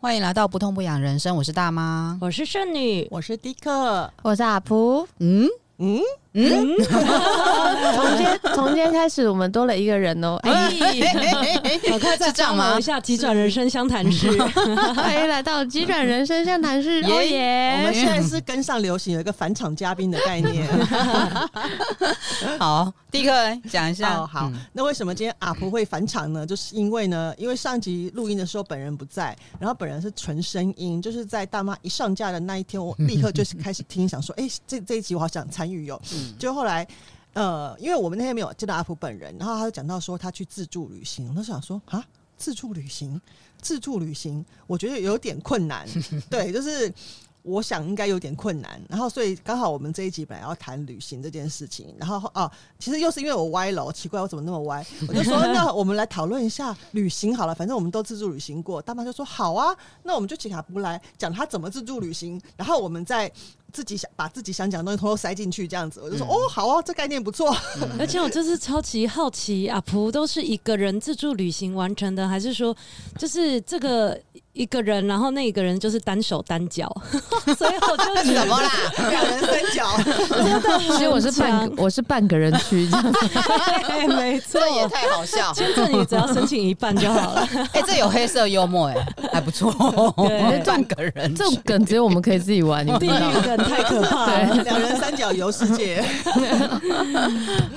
欢迎来到不痛不痒人生，我是大 妈，我是剩女，我是迪克，我是阿普。嗯，嗯， 从今从今天开始，我们多了一个人 哦。哎， 赶快再是这样吗帮我一下急转人生相谈 室，欢迎哎来到急转人生相谈室，耶哦我们耶！现在是跟上流行有一个返场嘉宾的概念。好，第一个讲一下，哦，好嗯，那为什么今天阿婆会返场呢？就是因为呢，因为上集录音的时候本人不在，然后本人是纯声音，就是在大妈一上架的那一天，我立刻就是开始听，想说，哎、这这一集我好想参与哦。就后来。呃，因为我们那天没有见到阿普本人，然后他就讲到说他去自助旅行，我那时候想说啊，自助旅行，自助旅行，我觉得有点困难，对，就是我想应该有点困难。然后所以刚好我们这一集本来要谈旅行这件事情，然后啊，其实又是因为我歪了，奇怪我怎么那么歪，我就说那我们来讨论一下旅行好了，反正我们都自助旅行过。大妈就说好啊，那我们就请卡布来讲他怎么自助旅行，然后我们再自己想把自己想讲的东西通通塞进去，这样子我就说、哦好哦，这概念不错。而且我这次超级好奇，阿蒲都是一个人自助旅行完成的，还是说就是这个一个人，然后那一个人就是单手单脚？ 所以 我就觉怎么得啦？两人三角， 其实我是半个，我是半个人去这 样。对，哎没这，错个也太好笑，签证你只要申请一半就 好了。哎、这有黑色幽默、哎，还不错，对半个人这种梗只有我们可以自己玩，你们地知道啊吗狱？梗太可怕了。两人三角游世界。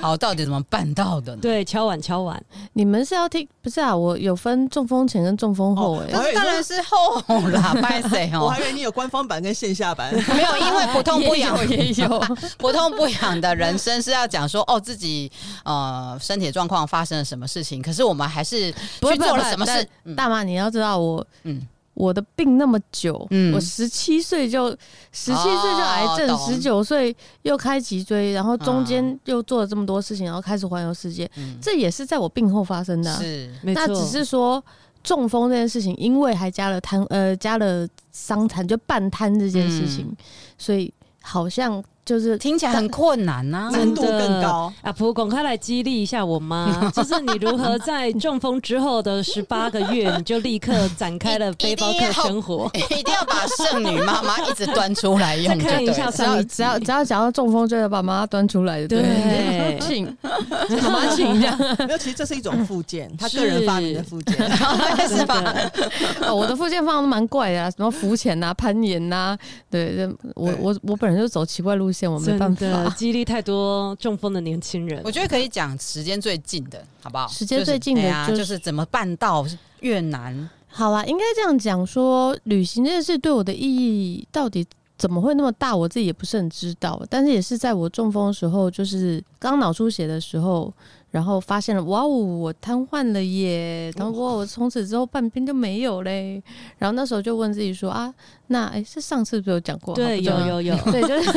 好，到底怎么办到的呢？对，敲碗敲碗，你们是要听不是啊？我有分中风前跟中风后哎、哦当然是后 啦，拍谁我哦还？以为你有官方版跟线下版，没有，因为不痛不痒， 也有， 不痛不痒的人生是要讲说哦，自己呃身体状况发生了什么事情，可是我们还是不是去做了什么事？嗯大妈，你要知道我，嗯嗯，我的病那么久，嗯我十七岁就十七岁就癌症，懂十九岁又开脊椎，然后中间嗯又做了这么多事情，然后开始环游世界，嗯这也是在我病后发生的啊、是没错，那只是说中风这件事情，因为还加了摊呃加了伤残，就半瘫这件事情，嗯所以好像就是听起来很困难啊呐、难度更高。阿普，赶快来激励一下 我妈，就是你如何在中风之后的十八个月，你就立刻展开了背包客生活。 一定要把剩女妈妈一直端出来用，再看一下只要上一集只要只要讲到中风，就要把妈妈端出来的，对 请妈妈请这样。 没有，其实这是一种附件，他是个人发明的附件。对真是的吧？ 哦，我的附件放的蛮怪的、啊，什么浮潜呐、攀岩呐、对，这我对我我本人就走奇怪路线，我没办真的法。激励太多中风的年轻人我。觉得可以讲时间最近的，好不好？时间最近的就是哎呀就是就是怎么办到越 南？好啦，应该这样讲说，旅行这件事对我的意义到底怎么会那么大，我自己也不是很知道。但是也是在我中风的时候，就是刚脑出血的时候，然后发现了，哇哦，我瘫痪了耶！然后哇，我从此之后半边就没有嘞。然后那时候就问自己说啊，那哎、是上次不是有讲过？对，有好不重要有有，对，就是。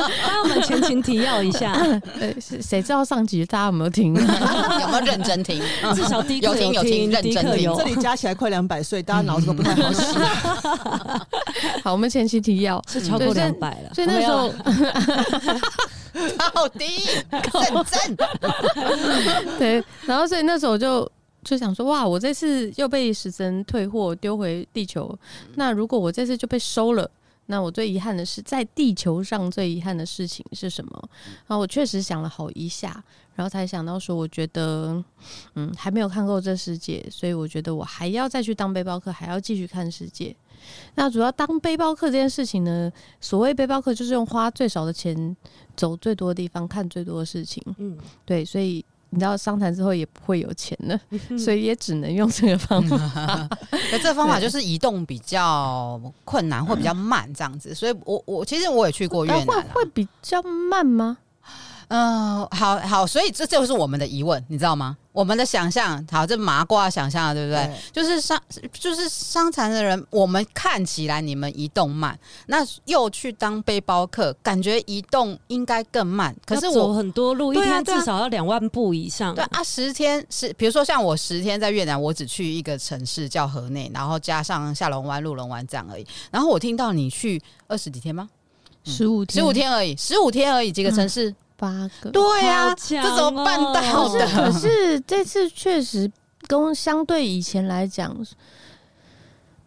帮我们前情提要一下，对，是谁知道上集大家有没有听？有没有认真听？嗯至少迪有克听有嗯听听，认真迪克听有这。里加起来快两百岁，大家脑子都不太好使。好，我们前期提要，是超对过所以两百了，所以那时候， 到底认真？对，然后所以那时候我就就想说，哇，我这次又被时针退货丢回地球，那如果我这次就被收了。那我最遗憾的是，在地球上最遗憾的事情是什么？然后我确实想了好一下，然后才想到说，我觉得，嗯，还没有看够这世界，所以我觉得我还要再去当背包客，还要继续看世界。那主要当背包客这件事情呢，所谓背包客就是用花最少的钱走最多的地方，看最多的事情。嗯，对，所以你知道伤残之后也不会有钱 了，所以也只能用这个方法。可这方法就是移动比较困难，或比较慢这样子。所以我我其实我也去过越但南会啊、会比较慢吗？嗯、好好，所以这就是我们的疑问，你知道吗？我们的想象，好，这麻瓜想象了，啊对不对？就是伤，就是伤残的人，我们看起来你们移动慢，那又去当背包客，感觉移动应该更慢。可是要走我很多路，一对啊天对啊至少要两万步以上对。啊，十天是，比如说像我十天在越南，我只去一个城市叫河内，然后加上下龙湾、鹿龙湾这样而已。然后我听到你去二十几天吗？嗯十五十五天而已，十五天而已，几个城市？八个。对啊，嗯好这强怎么办到可哦是的？可是这次确实跟相对以前来讲，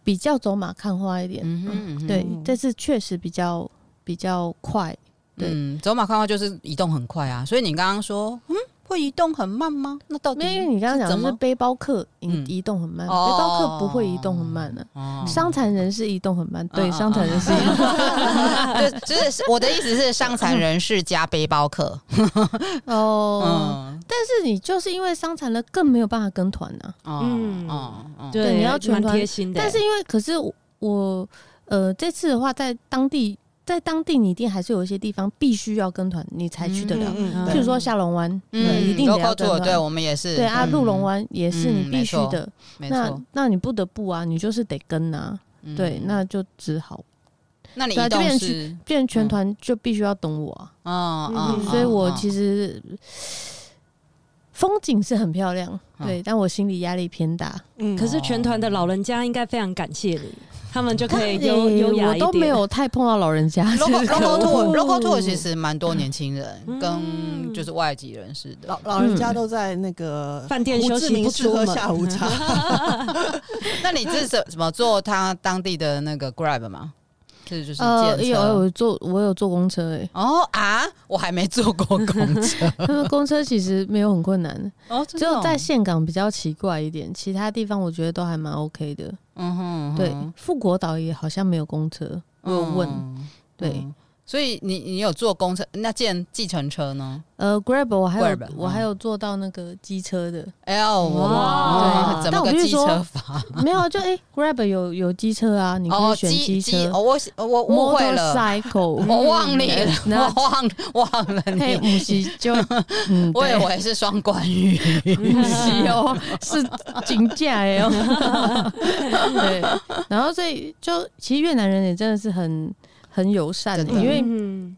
比较走马看花一点。嗯哼嗯哼对嗯，这次确实比较比较快。对嗯，走马看花就是移动很快啊，所以你刚刚说，嗯，会移动很慢吗？那到底因为你刚刚讲哦怎的么是背包客移嗯移动很慢，哦背包客不会移动很慢的，哦伤残人士移动很慢。对，嗯伤残人士移动 就就是我的意思是，伤残人士加背包客，哦。嗯，但是你就是因为伤残了，更没有办法跟团啊。嗯嗯嗯，对，对，你要全蛮团贴心的欸。但是因为，可是我我呃这次的话，在当地，在当地你一定还是有一些地方必须要跟团，你才去得了。嗯譬如说下龙湾，对，嗯，一定得要 local 跟 tour，对团。我们也是，对啊，嗯鹿龙，湾也是嗯你必须的。没那错，那你不得不啊，你就是得跟啊。嗯对，那就只好，那你对啊移就变动成是，变成全嗯团就必须要等我啊。嗯嗯所以我其实实风景是很漂亮，嗯对，但我心理压力 偏大。嗯可是全团的老人家应该非常感谢你，他们就 可以优诶优雅哎我一都点。没 有太碰到老 人家， 就 local 是哦 local 可恶 tour，local tour 其实蛮多年轻人嗯跟就是外籍人士的老，老人家都在那个饭店胡休志息明不市出喝门下午茶， 那你是怎怎么坐他当地的那个 Grab 吗？是就是呃，建有车有坐，我有坐公车、欸，哦啊，我还没坐过公 车哎，因为公车其实没有很困难，哦，只有在岘港比较奇怪一点，其他地方我觉得都还蛮 OK 的。嗯哼嗯对，富国岛也好像没有公车，我有问，对，所以你你有坐公车，那见计程车呢呃，Grab 我还有 Grab，嗯我还有坐到那个机车的， ？L 哇哇，怎但么我个必须机车说法？没有啊就哎、Grab 有有机车啊，你可以哦，选机车哦，我我误会了， ，motorcycle。 我忘你了，嗯我忘忘了嘿，你。不是就，嗯， 我以对为是双关语， 不是哦，是金价哎 哦，对，然后所以就其实越南人也真的是很很友善的，真的因为嗯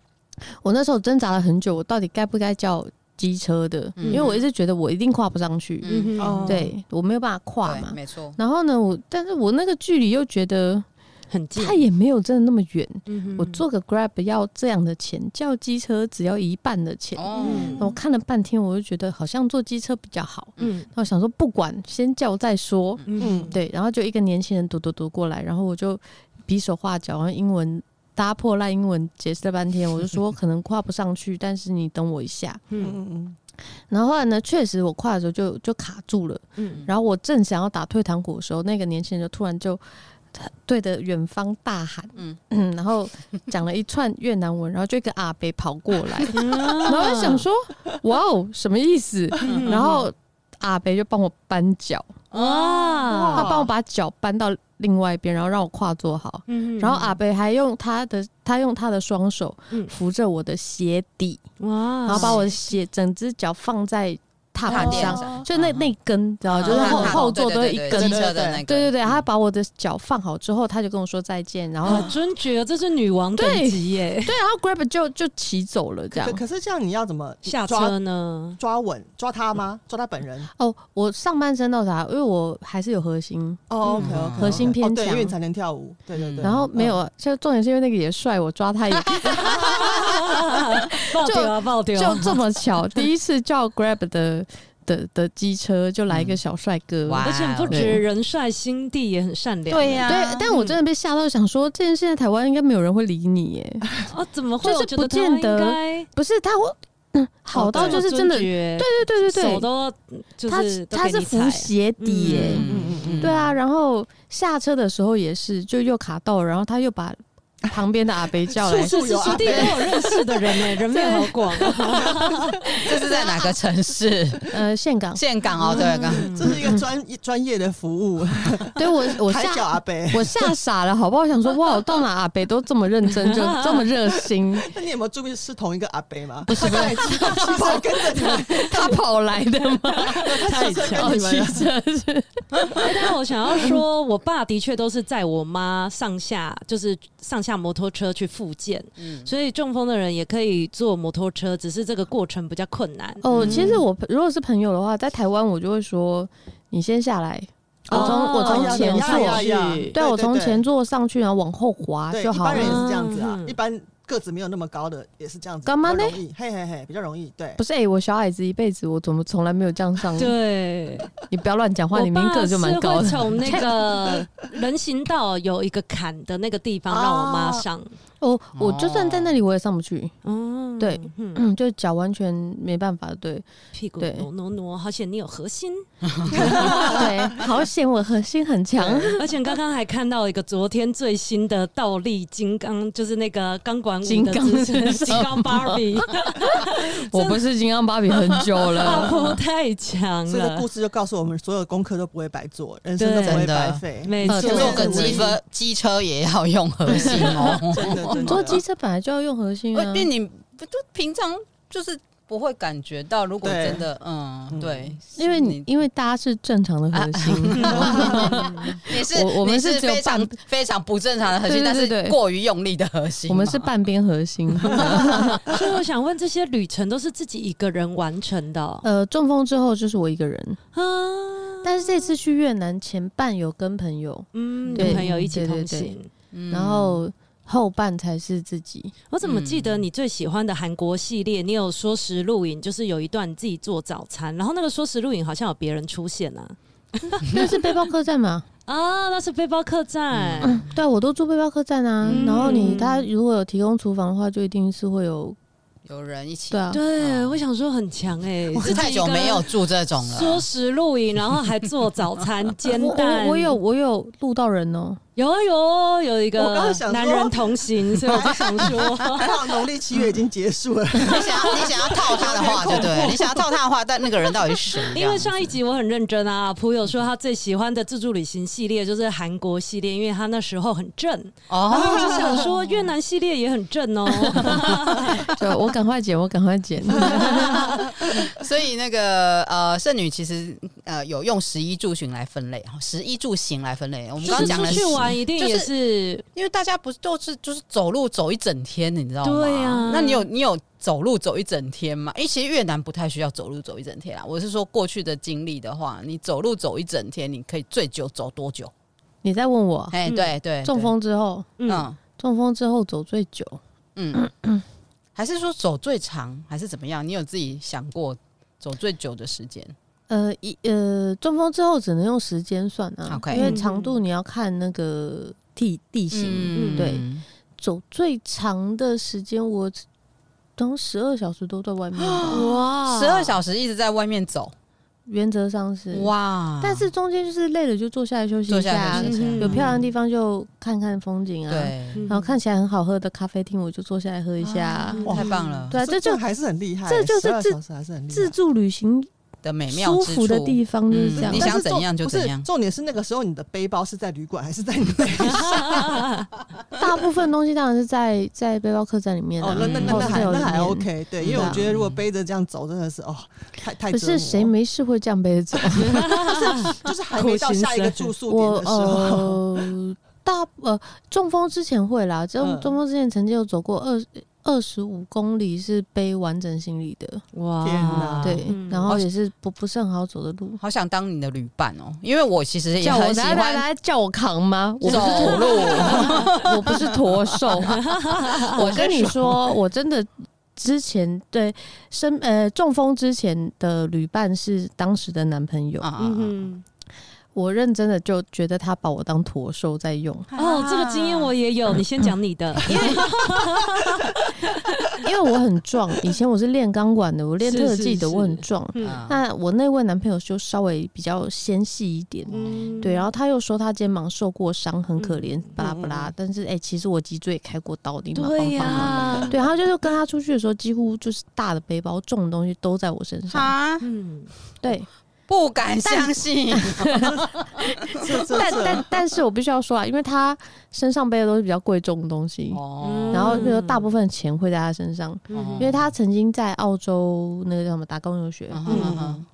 我那时候挣扎了很久，我到底该不该叫机车的，嗯因为我一直觉得我一定跨不上去，嗯嗯哦哼，对我没有办法跨对嘛。没错，然后呢，我但是我那个距离又觉得很近它。也没有真的那么远，嗯哼我坐个 Grab 要这样的钱，叫机车只要一半的钱。哦，嗯我看了半天，我就觉得好像坐机车比较好。嗯那我想说不管，先叫再说。嗯对，然后就一个年轻人读读读过来，然后我就比手画脚，然后英文搭破烂英文解释了半天，我就说可能跨不上去，但是你等我一下。嗯嗯然后后来呢，确实我跨的时候就就卡住了，嗯然后我正想要打退堂鼓的时候，那个年轻人就突然就。对着远方大喊，嗯嗯，然后讲了一串越南文，然后就一个阿伯跑过 来，然嗯，后我就想说，哇哦，什么意思？嗯然后阿北就帮我搬脚，哇哦他帮我把脚搬到另外一边，然后让我跨坐好。嗯然后啊阿北还用他的他用他的双手嗯扶着我的鞋底，哇，啊然后把我的鞋整只脚放在踏板踏上垫，上嗯就那那根，你知道，哦就是嗯后嗯后座都对对有一对根机的。车的那个，嗯对对对，他把我的脚放好之后，他就跟我说再见，然后啊尊爵，这是女王等级耶。对，然后 Grab 就就骑走了这可 样。可是这样你要怎么下抓车呢？抓稳抓他吗？抓他本人？哦，我上半身到啥？因为我还是有核心，哦嗯，OK OK，核心偏对，因强为你才能跳舞，对对对。嗯然后嗯没有，啊，就重点是因为那个也帅，我抓他也 爆掉啊，爆掉！ 就这么巧，第一次叫 Grab 的的的机车就来一个嗯小帅哥，哇而且不止人帅，心地也很善良。对呀、对，但我真的被吓到，想说这件事在台湾应该没有人会理你耶，啊，怎么会？就是我觉得不见得他应该不是他会嗯哦好到就是真的，尊对爵对对手对对，都就他是都他给是你扶踩鞋底耶，嗯嗯对啊，，然后下车的时候也是，就又卡到，然后他又把旁边的阿伯 叫来，是是，师弟都有认识的 人呢，人面好广。这是在哪个城 市？呃，岘港，岘港哦，对，刚嗯这是一个专专业的服务，对我我抬下脚阿伯。 我吓傻了，好不好？我想说，哇，我到哪阿北都这么认真，就这么热心，那你有没有注意是同一个阿伯吗？不是，他骑车跟着你们， 他跑来的 吗？他骑车跟哦，你其们，啊实是 哎但我想要说，我爸的确都是载我妈上下，就是上下摩托车去复健，嗯所以中风的人也可以坐摩托车，只是这个过程比较困难。哦，其实我如果是朋友的话，在台湾我就会说，你先下来，我从哦我从要前要要座，要对我从前对座上去，然后往后滑对，就一好般人也了。是这样子啊嗯，一般个子没有那么高的也是这样子，啊干嘛呢比较容易？嘿嘿嘿，比较容易。对不，是哎、欸我小矮子一辈子，我怎么从来没有这样上？对， 你不要乱讲话，我你明明爸个是就蛮高会的。从 那个人行道有一个坎的那个地方让我妈上，哦，我就算在那里我也上不去，嗯，对嗯，嗯，就脚完全没办法。 对屁股对挪挪挪，好险你有核心。对，好险我核心很强。 而且刚刚还看到一个昨天最新的倒立金刚，就是那个钢管舞金的刚姿是势， 什金刚芭比，我不是金刚芭比很久阿了，婆太强呃所以这了故，事就告诉我们，所有功课都不会白做，人生都不对真会的白费。没呃错，坐个鸡机车机车也要用核心 哦，真的，真的 坐机车本来就要用核心啊因。为你不就平常就是不会感觉到，如果对真的嗯嗯对，因为你因为大家是正常的核心，你是我我们你是是只有非常非常不正常的核心，对对但对是对过于用力的核心嘛，我们是半边核心。所以我想问，这些旅程都是自己一个人完成的哦、呃，中风之后就是我一个人，啊？但是这次去越南前半有跟朋友，嗯，对有朋友一起对对同对行。嗯，然后后半才是自己。我怎么记得你最喜欢的韩国系列？你有说食录影，就是有一段你自己做早餐，然后那个说食录影好像有别人出现啊那是背包客栈嘛？嗯啊，那是背包客栈。嗯，对啊，我都住背包客栈啊。嗯然后你他如果有提供厨房的话，就一定是会有有人一起嗯对，啊。对，我想说很强哎、我自己太久一个没有住这种说了，食露营，然后还做早餐煎我蛋。 我我有我有录到人哦、有啊有啊有一我刚个刚想说男人同行，所以我就想说，还好农历七月已经结束了，你想要你想要套他的 话，就对了，你想要套他的话，但那个人到底是谁？因为上一集我很认真啊，普友说他最喜欢的自助旅行系列就是韩国系列，因为他那时候很正， 然后我哦，就想说越南系列也很正哦。对，啊我赶快剪，我赶快剪。 所以那个呃，剩女其实呃有用十一住行来分类，哈，十一住行来分类。我们就刚是刚讲出了去十玩一定就是也是因为大家不是都是就是走路走一整天，你知道吗？对啊那你有你有走路走一整天吗？因为其实越南不太需要走路走一整天啦。啊我是说过去的经历的话，你走路走一整天，你可以最久走多久？你在问我哎、哦嗯对对，中风之后，对，嗯，嗯中风之后走最久，嗯，还是说走最长，还是怎么样？你有自己想过走最久的时间？呃一呃中风之后只能用时间算啊 OK 因为长度你要看那个地地形。嗯对走最长的时间，我当十二小时都在外面 吧，嗯哇十二 小时一直在外面走，原则上是。哇！但是中间就是累了就坐下来休息坐一下下啊，来休息一嗯下有漂亮的地方就看看风景啊，，对，嗯然后看起来很好喝的咖啡厅，我就坐下来喝一下啊。啊哇太棒了对啊，所这以就还是很厉害，这就是12自小时还是很厉害自助旅行的美妙舒之服的处地方就是这嗯样你。但想是怎重样就不是怎样重点是那个时候你的背包是在旅馆还是在你的？但大部分东西当然是在在背包客栈里面啊哦，那那那嗯那或是在还我那里还面 OK，对，因为我觉嗯得如果背着这样走，真的是哦，太太可折磨是谁没事会这样背着走？就是还没到下一个住宿我点的时候，呃大呃中风之前会啦，中嗯中风之前曾经有走过二二十五公里是背完整行李的，哇天哪对，嗯然后也是不不是很好走的路。好想当你的旅伴哦，因为我其实也叫我很喜来来欢来，叫我扛吗？我不是走路。我不是驼 兽，我跟你说，我真的之前对生呃中风之前的旅伴是当时的男朋友，啊嗯我认真的就觉得他把我当驼兽在用，啊哼，哦，这个经验我也有，你先讲你的， 因为我很壮，以前我是练钢管的，我练是特是技的，是我很壮。 嗯啊那我那位男朋友就稍微比较纤细一点，嗯对，然后他又说他肩膀受过伤，很可怜，巴拉巴嗯拉。但是哎、其实我脊椎也开过刀，你马帮对啊帮忙。呀，对，他就是跟他出去的时候，几乎就是大的背包、重的东西都在我身上。啊，嗯，对，不敢相信，这这但这但但是我必须要说啊，因为他身上背的都是比较贵重的东西，哦然后那个大部分钱会在他身上，嗯因为他曾经在澳洲那个叫什么打工游学，嗯哼嗯哼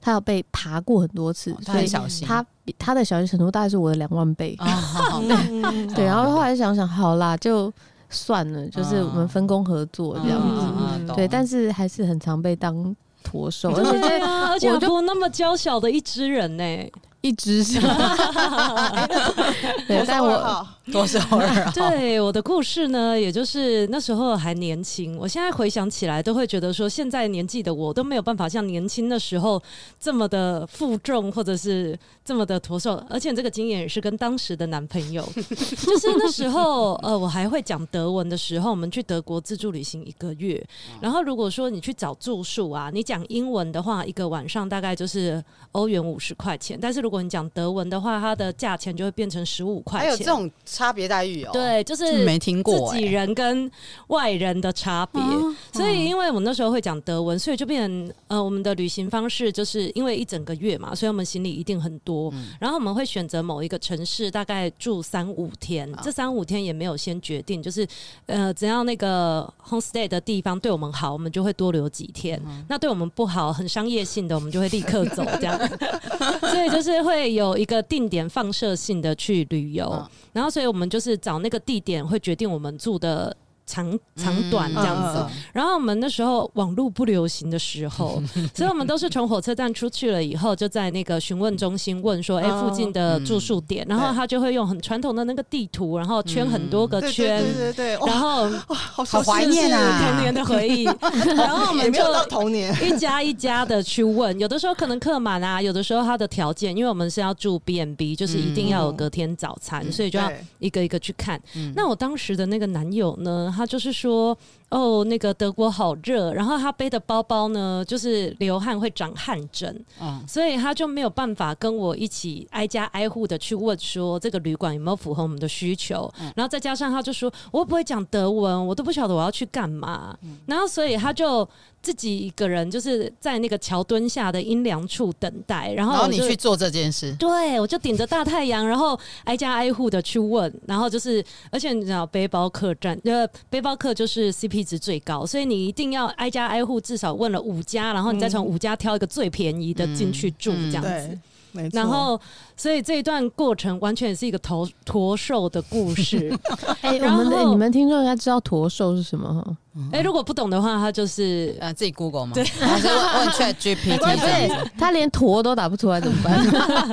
他有被爬过很多次哦，他所很以小心，他比他的小心程度大概是我的两万倍。啊好好嗯对，然哦后后来想想，好啦，就算了，就是我们分工合作这样子。嗯嗯嗯嗯懂对，但是还是很常被当驼兽，而且这对啊，而且我我就不那么娇小的一只人呢， 一只是， 对，但我我多少人啊？对我的故事呢，也就是那时候还年轻，我现在回想起来都会觉得说，现在年纪的我都没有办法像年轻的时候这么的负重，或者是这么的驼瘦，而且这个经验也是跟当时的男朋友， 就是那时候呃，我还会讲德文的时候，我们去德国自助旅行一个月，嗯然后如果说你去找住宿啊，你讲英文的话，一个晚上大概就是欧元五十块钱，但是如果你讲德文的话，它的价钱就会变成十五块钱。 还有这种差别待遇哦？，对，就是没听过自己哎。人跟外人的差别。啊所嗯以，因为我们那时候会讲德文，所以就变成呃，我们的旅行方式就是因为一整个月嘛，所以我们行李一定很多。嗯然后我们会选择某一个城市，大概住三五天。啊这三五天也没有先决定，就是呃，只要那个 homestay 的地方对我们好，我们就会多留几天；嗯那对我们不好，很商业性的，我们就会 立刻走这样。所以就是会有一个定点放射性的去旅游。嗯然后所以我们就是找那个地点会决定我们住的长长短这样嗯子。嗯嗯然后我们那时候网络不流行的时 候，所以我们都是从火车站出去了以后，就在那个询问中心问说，哎、哦嗯附近的住宿点，然后他就会用很传统的那个地图，然后圈很多个对圈。对对对对，哇然后哇，好好熟悉怀念啊是童年的回 忆，然后我也们没就有到童年，一家一家的去问，有的时候可能客满啊，有的时候他的条件，因为我们是要住 B N B，就是一定嗯要有隔天早餐，所以就要对一个一个去看。嗯那我当时的那个男友呢，他就是说，哦，那个德国好热，然后他背的包包呢，就是流汗会长汗疹，嗯，所以他就没有办法跟我一起挨家挨户的去问说这个旅馆有没有符合我们的需求。嗯然后再加上他就说，我又不会讲德文，我都不晓得我要去干嘛。嗯然后所以他就自己一个人就是在那个桥墩下的阴凉处等待，然后然后我你就去做这件事，对，我就顶着大太阳，然后挨家挨户的去问，然后就是，而且你知道背包客栈，呃，背包客就是 CP 值最高，所以你一定要挨家挨户，至少问了五家，然后你再从五家挑一个最便宜的进去住，嗯这样子。对，没错。然后，所以这一段过程完全也是一个驼驼兽的故 事。哎，我然们的后你们听众应该知道驼兽是什么哈？哎、如果不懂的话，他就是呃，自己 Google 吗？ 还是问问 Chat GPT？不是，他连驼都打不出来怎么办？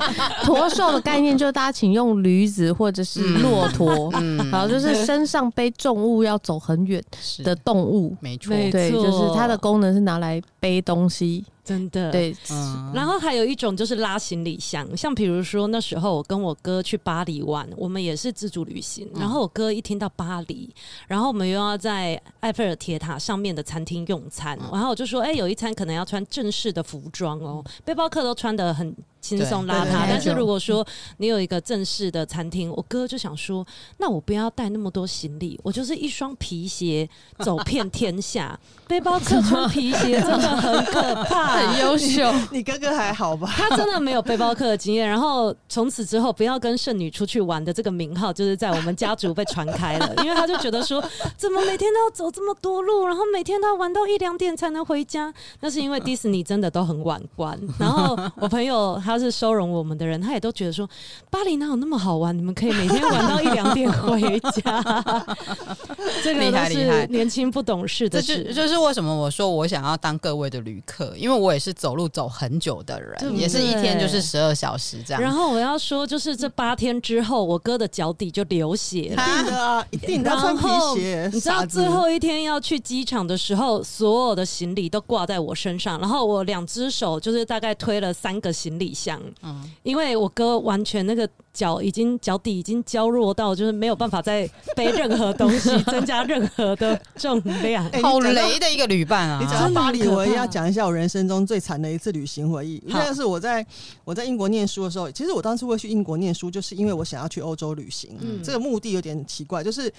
驼兽的概念就是大家请用驴子或者是骆驼， 嗯，然后就是身上背重物要走很远是的，动物。没错，没对，错就是它的功能是拿来背东西。真的对，嗯，然后还有一种就是拉行李箱，像比如说那时候我跟我哥去巴黎玩，我们也是自助旅行。然后我哥一听到巴黎，然后我们又要在埃菲尔铁塔上面的餐厅用餐，然后我就说，哎、有一餐可能要穿正式的服装哦，背包客都穿的很轻松对邋遢，对对但是对如果说你有一个正式的餐厅，我哥就想说，那我不要带那么多行李，我就是一双皮鞋走遍天下。背包客穿皮鞋真的很可怕，优秀。你哥哥还好吧？他真的没有背包客的经验，然后从此之后不要跟剩女出去玩的这个名号，就是在我们家族被传开了， 因为他就觉得说，怎么每天都要走这么多路，然后每天都要玩到一两点才能回家？那是因为迪士尼真的都很晚关。然后我朋友他是收容我们的人，他也都觉得说，巴黎哪有那么好玩？你们可以每天玩到一两点回家， 这个厉都害厉害是年轻不懂事 的这就事。就是为什么我说我想要当各位的旅客，因为我也是走路走很久的对人，不也是一天就对是十二小时这样。然后我要说，就是这八天之后，我哥的脚底就流血了。一定的啊，一定的要穿然皮后鞋。你知道傻子最后一天要去机场的时候，所有的行李都挂在我身上，然后我两只手就是大概推了三个行李箱，嗯，因为我哥完全那个脚已经脚底已经娇弱到就是没有办法再背任何东西， 增加任何的重量。哎好你讲到雷的一个旅伴你啊！讲到巴真黎，的很可我也怕要讲一下我人生中最惨的一次旅行回忆。好那是我在我在英国念书的时候，其实我当时会去英国念书，就是因为我想要去欧洲旅行。嗯这个目的有点奇怪，就是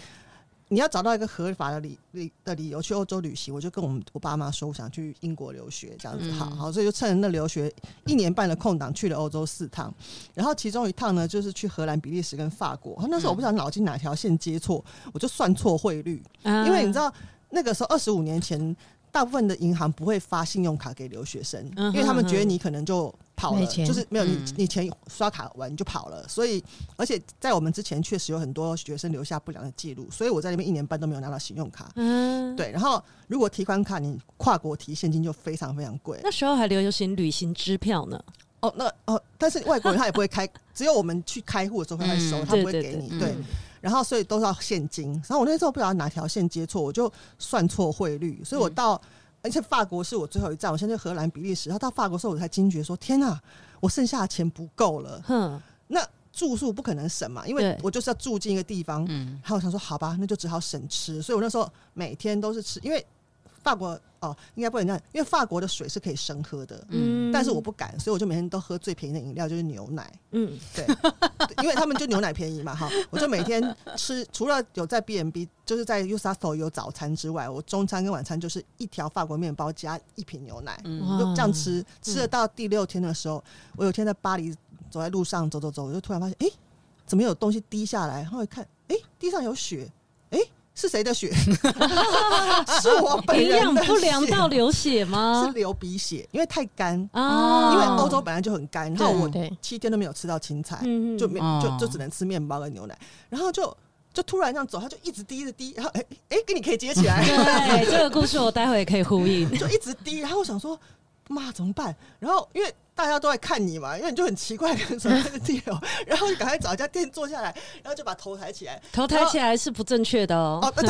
你要找到一个合法的理理的理由去欧洲旅行。我就跟我们我爸妈说，我想去英国留学，这样子，好好，所以就趁着那留学一年半的空档去了欧洲四趟。然后其中一趟呢，就是去荷兰、比利时跟法国。那时候我不知道脑筋哪条线接错，我就算错汇率。 嗯因为你知道那个时候二十五年前，大部分的银行不会发信用卡给留学生，嗯哼因为他们觉得你可能就跑没了，钱就是没有你嗯你钱刷卡完就跑了，所以而且在我们之前确实有很多学生留下不良的记录，所以我在那边一年半都没有拿到信用卡。嗯，。对，然后如果提款卡你跨国提现金就非常非常贵，那时候还流行旅行支票呢，哦，那哦，但是外国人他也不会开，只有我们去开户的时候他会收，嗯他不会对对给你。对对嗯，然后所以都是要现金。然后我那时候不知道哪条线接错，我就算错汇率，所以我嗯到、而且法国是我最后一站，我先去荷兰、比利时。然后到法国的时候，我才惊觉说：天啊，我剩下的钱不够了。哼，那住宿不可能省嘛，因为对我就是要住进一个地方。嗯，还有想说，好吧，那就只好省吃。所以我那时候每天都是吃，因为法国哦，应该不能这样，因为法国的水是可以生喝的，嗯但是我不敢，所以我就每天都喝最便宜的饮料，就是牛奶。嗯，对，对因为他们就牛奶便宜嘛，哈，我就每天吃，除了有在 B M B，就是在 U S A S O 有早餐之外，我中餐跟晚餐就是一条法国面包加一瓶牛奶，嗯哇就这样吃。吃了到第六天的时候，我有一天在巴黎走在路上走走走，我就突然发现，诶，怎么有东西滴下来？然后一看，诶，地上有血，诶，是谁的血？ 是我本营人养的不良血到流血 是吗？流鼻血，因为太干，啊，因为欧洲本来就很干，然后我对，七天都没有吃到青菜，嗯就没哦就就只能吃面包跟牛奶，然后就就突然这样走，他就一直滴一直滴，然后哎哎、给你可以接起来， 对这个故事，我待会也可以呼应。 就一直滴，然后我想说妈怎么办？然后因为大家都在看你嘛，因为你就很奇怪怎么在滴流，然后就赶快找一家店坐下来，然后就把头抬起来，头抬起来是不正确的哦哦，。对，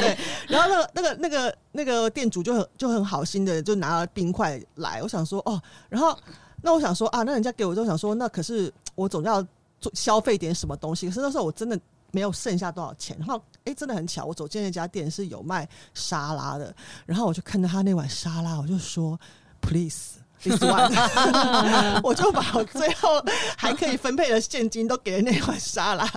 对，然后那个那个那个那个店主就很就很好心的就拿了冰块来，我想说哦，然后那我想说啊，那人家给我就想说，那可是我总要做消费点什么东西，可是那时候我真的。没有剩下多少钱，然后哎，真的很巧，我走进那家店是有卖沙拉的，然后我就看到他那碗沙拉，我就说 please this one，我 就把我最后还可以分配的现金都给了那碗沙拉，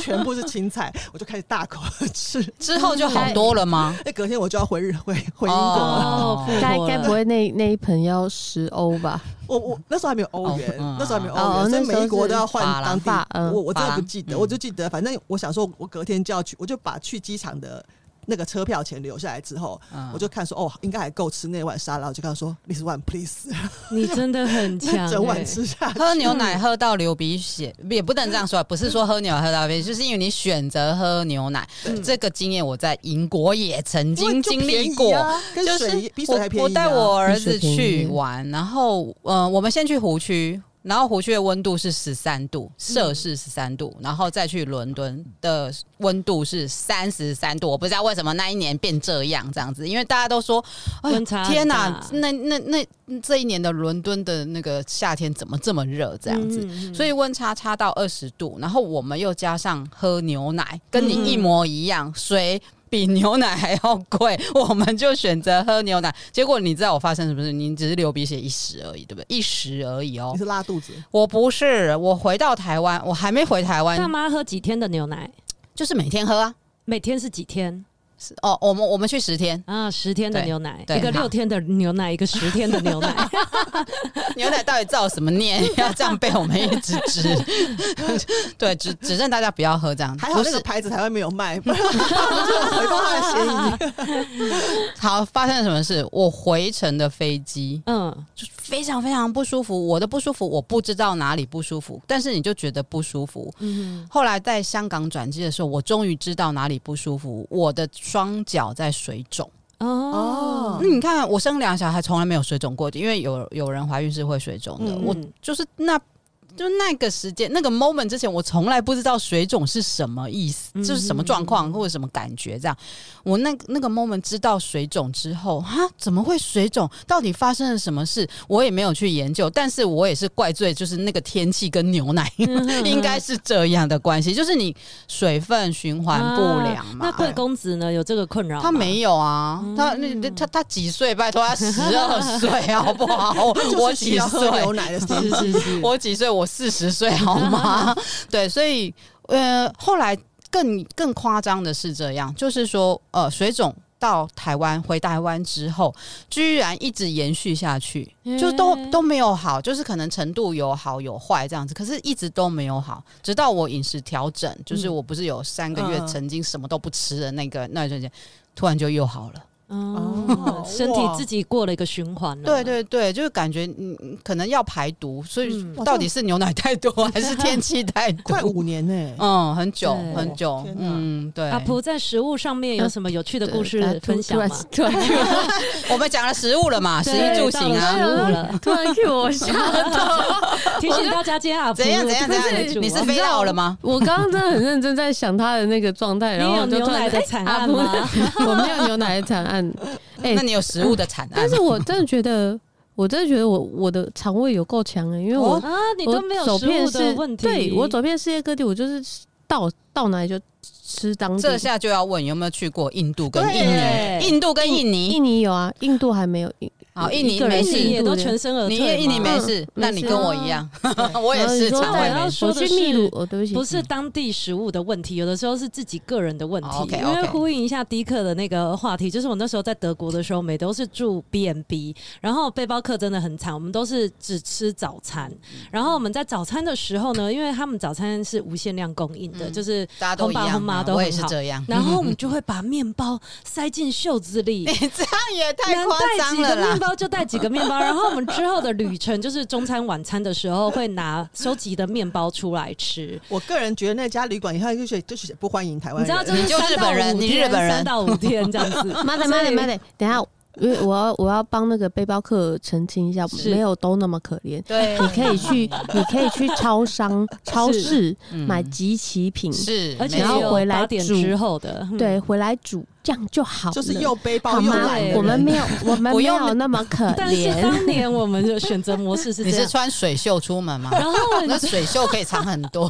全部是青菜，我就开始大口地吃。之后就好多了吗？那隔天我就要回日回回英国了，哦，复活了该该不会那那一盆要十欧吧？我我那时候还没有欧元，哦嗯那时候还没有哦欧元，所那以时候每一国都要换是法郎当地法。嗯我我真的法不郎记得，嗯我就记得，反正我想说，我隔天就要去，我就把去机场的那个车票钱留下来之后，嗯我就看说哦，应该还够吃那碗沙拉，我就跟他说 this one please，你真的很 强，整碗欸吃下 去。喝牛奶喝到流鼻血，也不能这 样说，啊不是说喝牛奶喝到流鼻血，就是因为你选择喝牛奶对这个经验，我在英国也曾因为经就经历便宜过。啊，跟就水是比水还我便宜啊。我带我儿子比水便去宜玩，然后呃，我们先去湖区，然后湖区的温度是十三度，摄氏十三嗯度，然后再去伦敦的温度是三十三度。我不知道为什么那一年变这样这样子，因为大家都说，哎呦温差很天大那那那这一年的伦敦的那个夏天怎么这么热这样子？嗯嗯嗯所以温差差到二十度，然后我们又加上喝牛奶，跟你嗯一模一样，水比牛奶还要贵，我们就选择喝牛奶。结果你知道我发生什么事？你只是流鼻血一时而已，对不对？一时而已哦 你。是拉肚子，我不是，我回到台湾，我还没回台大湾，妈喝几天的牛奶？就是每天喝啊。每天是几天是哦，我们我们去十天，啊？十天的对牛奶，对一个好六天的牛奶，一个十天的牛奶。牛奶到底造什么孽？ 要这样被我们一直指？对，指指正大家不要喝这样。还不好那是个牌子台湾没有卖， 不然我就回报他的嫌疑。好，发生了什么事？我回程的飞机，嗯，就是非常非常不舒服。我的不舒服，我不知道哪里不舒服，但是你就觉得不舒服。嗯后来在香港转机的时候，我终于知道哪里不舒服，我的双脚在水肿。哦哦，嗯，你看，我生两个小孩从来没有水肿过，因为有有人怀孕是会水肿的。嗯我就是那。就那个时间，那个 moment 之前，我从来不知道水肿是什么意思，嗯就是什么状况或者什么感觉这样。我那那个 moment 知道水肿之后，哈，怎么会水肿？到底发生了什么事？我也没有去研究，但是我也是怪罪，就是那个天气跟牛奶、嗯应该是这样的关系，就是你水分循环不良啊嘛。那贵公子呢？有这个困扰吗？他没有啊，他那他他几岁？拜托，他十二岁好不好？我就是需几要喝牛岁？奶的时 候是是是，我几岁？我四十岁好吗？对，所以呃，后来更更夸张的是这样，就是说呃，水肿。到台湾回台湾之后，居然一直延续下去，就都嗯都没有好，就是可能程度有好有坏这样子，可是一直都没有好，直到我饮食调整，就是嗯我不是有三个月嗯曾经什么都不吃的那个那一瞬间，突然就又好了。哦哦，身体哇自己过了一个循环了。对对对，就是感觉嗯，可能要排毒，所以嗯哇到底是牛奶太多还是天气太 快毒？五年呢、嗯，很久对啊很久天，哪嗯，对。阿婆在食物上面有什么有趣的故事对分享吗？突然突然 Q 我，我们讲了食物了嘛，食衣住行到啊了，食物了，突然 Q 我吓到。提醒大家今天阿婆怎样怎样怎不样是，你你啊是我飞到了吗？我刚刚真的很认真在想他的那个状态，你然后有我就牛突奶然的惨啊案不吗？我没有牛奶的惨案，哎、那你有食物的惨案但是我真的觉得，我真的觉得我我的肠胃有够强哎，因为我、哦啊，你都没有走食物遍的世问题。对我走遍世界各地，我就是到到哪里就吃当地。这下就要问有没有去过印度跟对印尼？印度跟印尼，印尼有啊，印度还没有。印好，印一尼个人没印事尼，也印度都的全身而你退印尼嘛没嗯事，没那你事跟我啊一样， 我也然后你是说肠胃对然没后事。说我的去是秘鲁，哦，对不起，不是当地食物的问题，有的时候是自己个人的问题。哦，OK，OK 因为呼应一下迪克的那个话题，就是我那时候在德国的时候，每都是住 B n B，然后背包客真的很惨，我们都是只吃早餐。然后我们在早餐的时候呢，因为他们早餐是无限量供应的，嗯就是大家都一红爸样红妈嘛，都我很也是好这样。然后我们就会把面包塞进袖 子里，你这样也太能夸带张几了 个面啦！包就带几个面包，然后我们之后的旅程就是中餐晚餐的时候会拿收集的面包出来吃。我个人觉得那家旅馆以后就是就是不欢迎台湾你知道，人。就是你就三日到本人五你日天本人三到五天这 样子。妈的所 妈的以妈的，等一下，因为我要我要帮那个背包客澄清一下是，没有都那么可怜。对，你可以去，你可以去超 商、超市嗯买集齐品，是，而且没然后错有回来8点煮之后的，嗯对，，回来煮，这样就好了。就是又背包好又吗懒的人，我们没有，我们不没用有那么可嗯但是怜。当年我们的选择模式是你这是样。穿水袖出门吗？然后 你那水袖可以藏很多，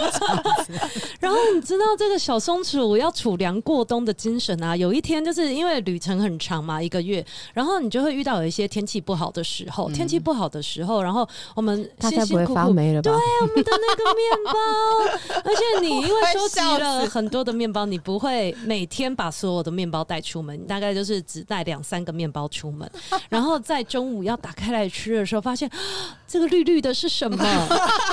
然后你知道这个小松鼠要储粮过冬的精神啊，有一天就是因为旅程很长嘛，一个月，然后你就会遇到有一些天气不好的时候，嗯天气不好的时候，然后我们他辛该不辛会苦发苦啊霉了吧？我们的那个面包， 而且你因为收集快笑了死很多的面包，你不会每天把所有的面包带出门，你大概就是只带两三个面包出门，然后在中午要打开来吃的时候，发现啊这个绿绿的是什么？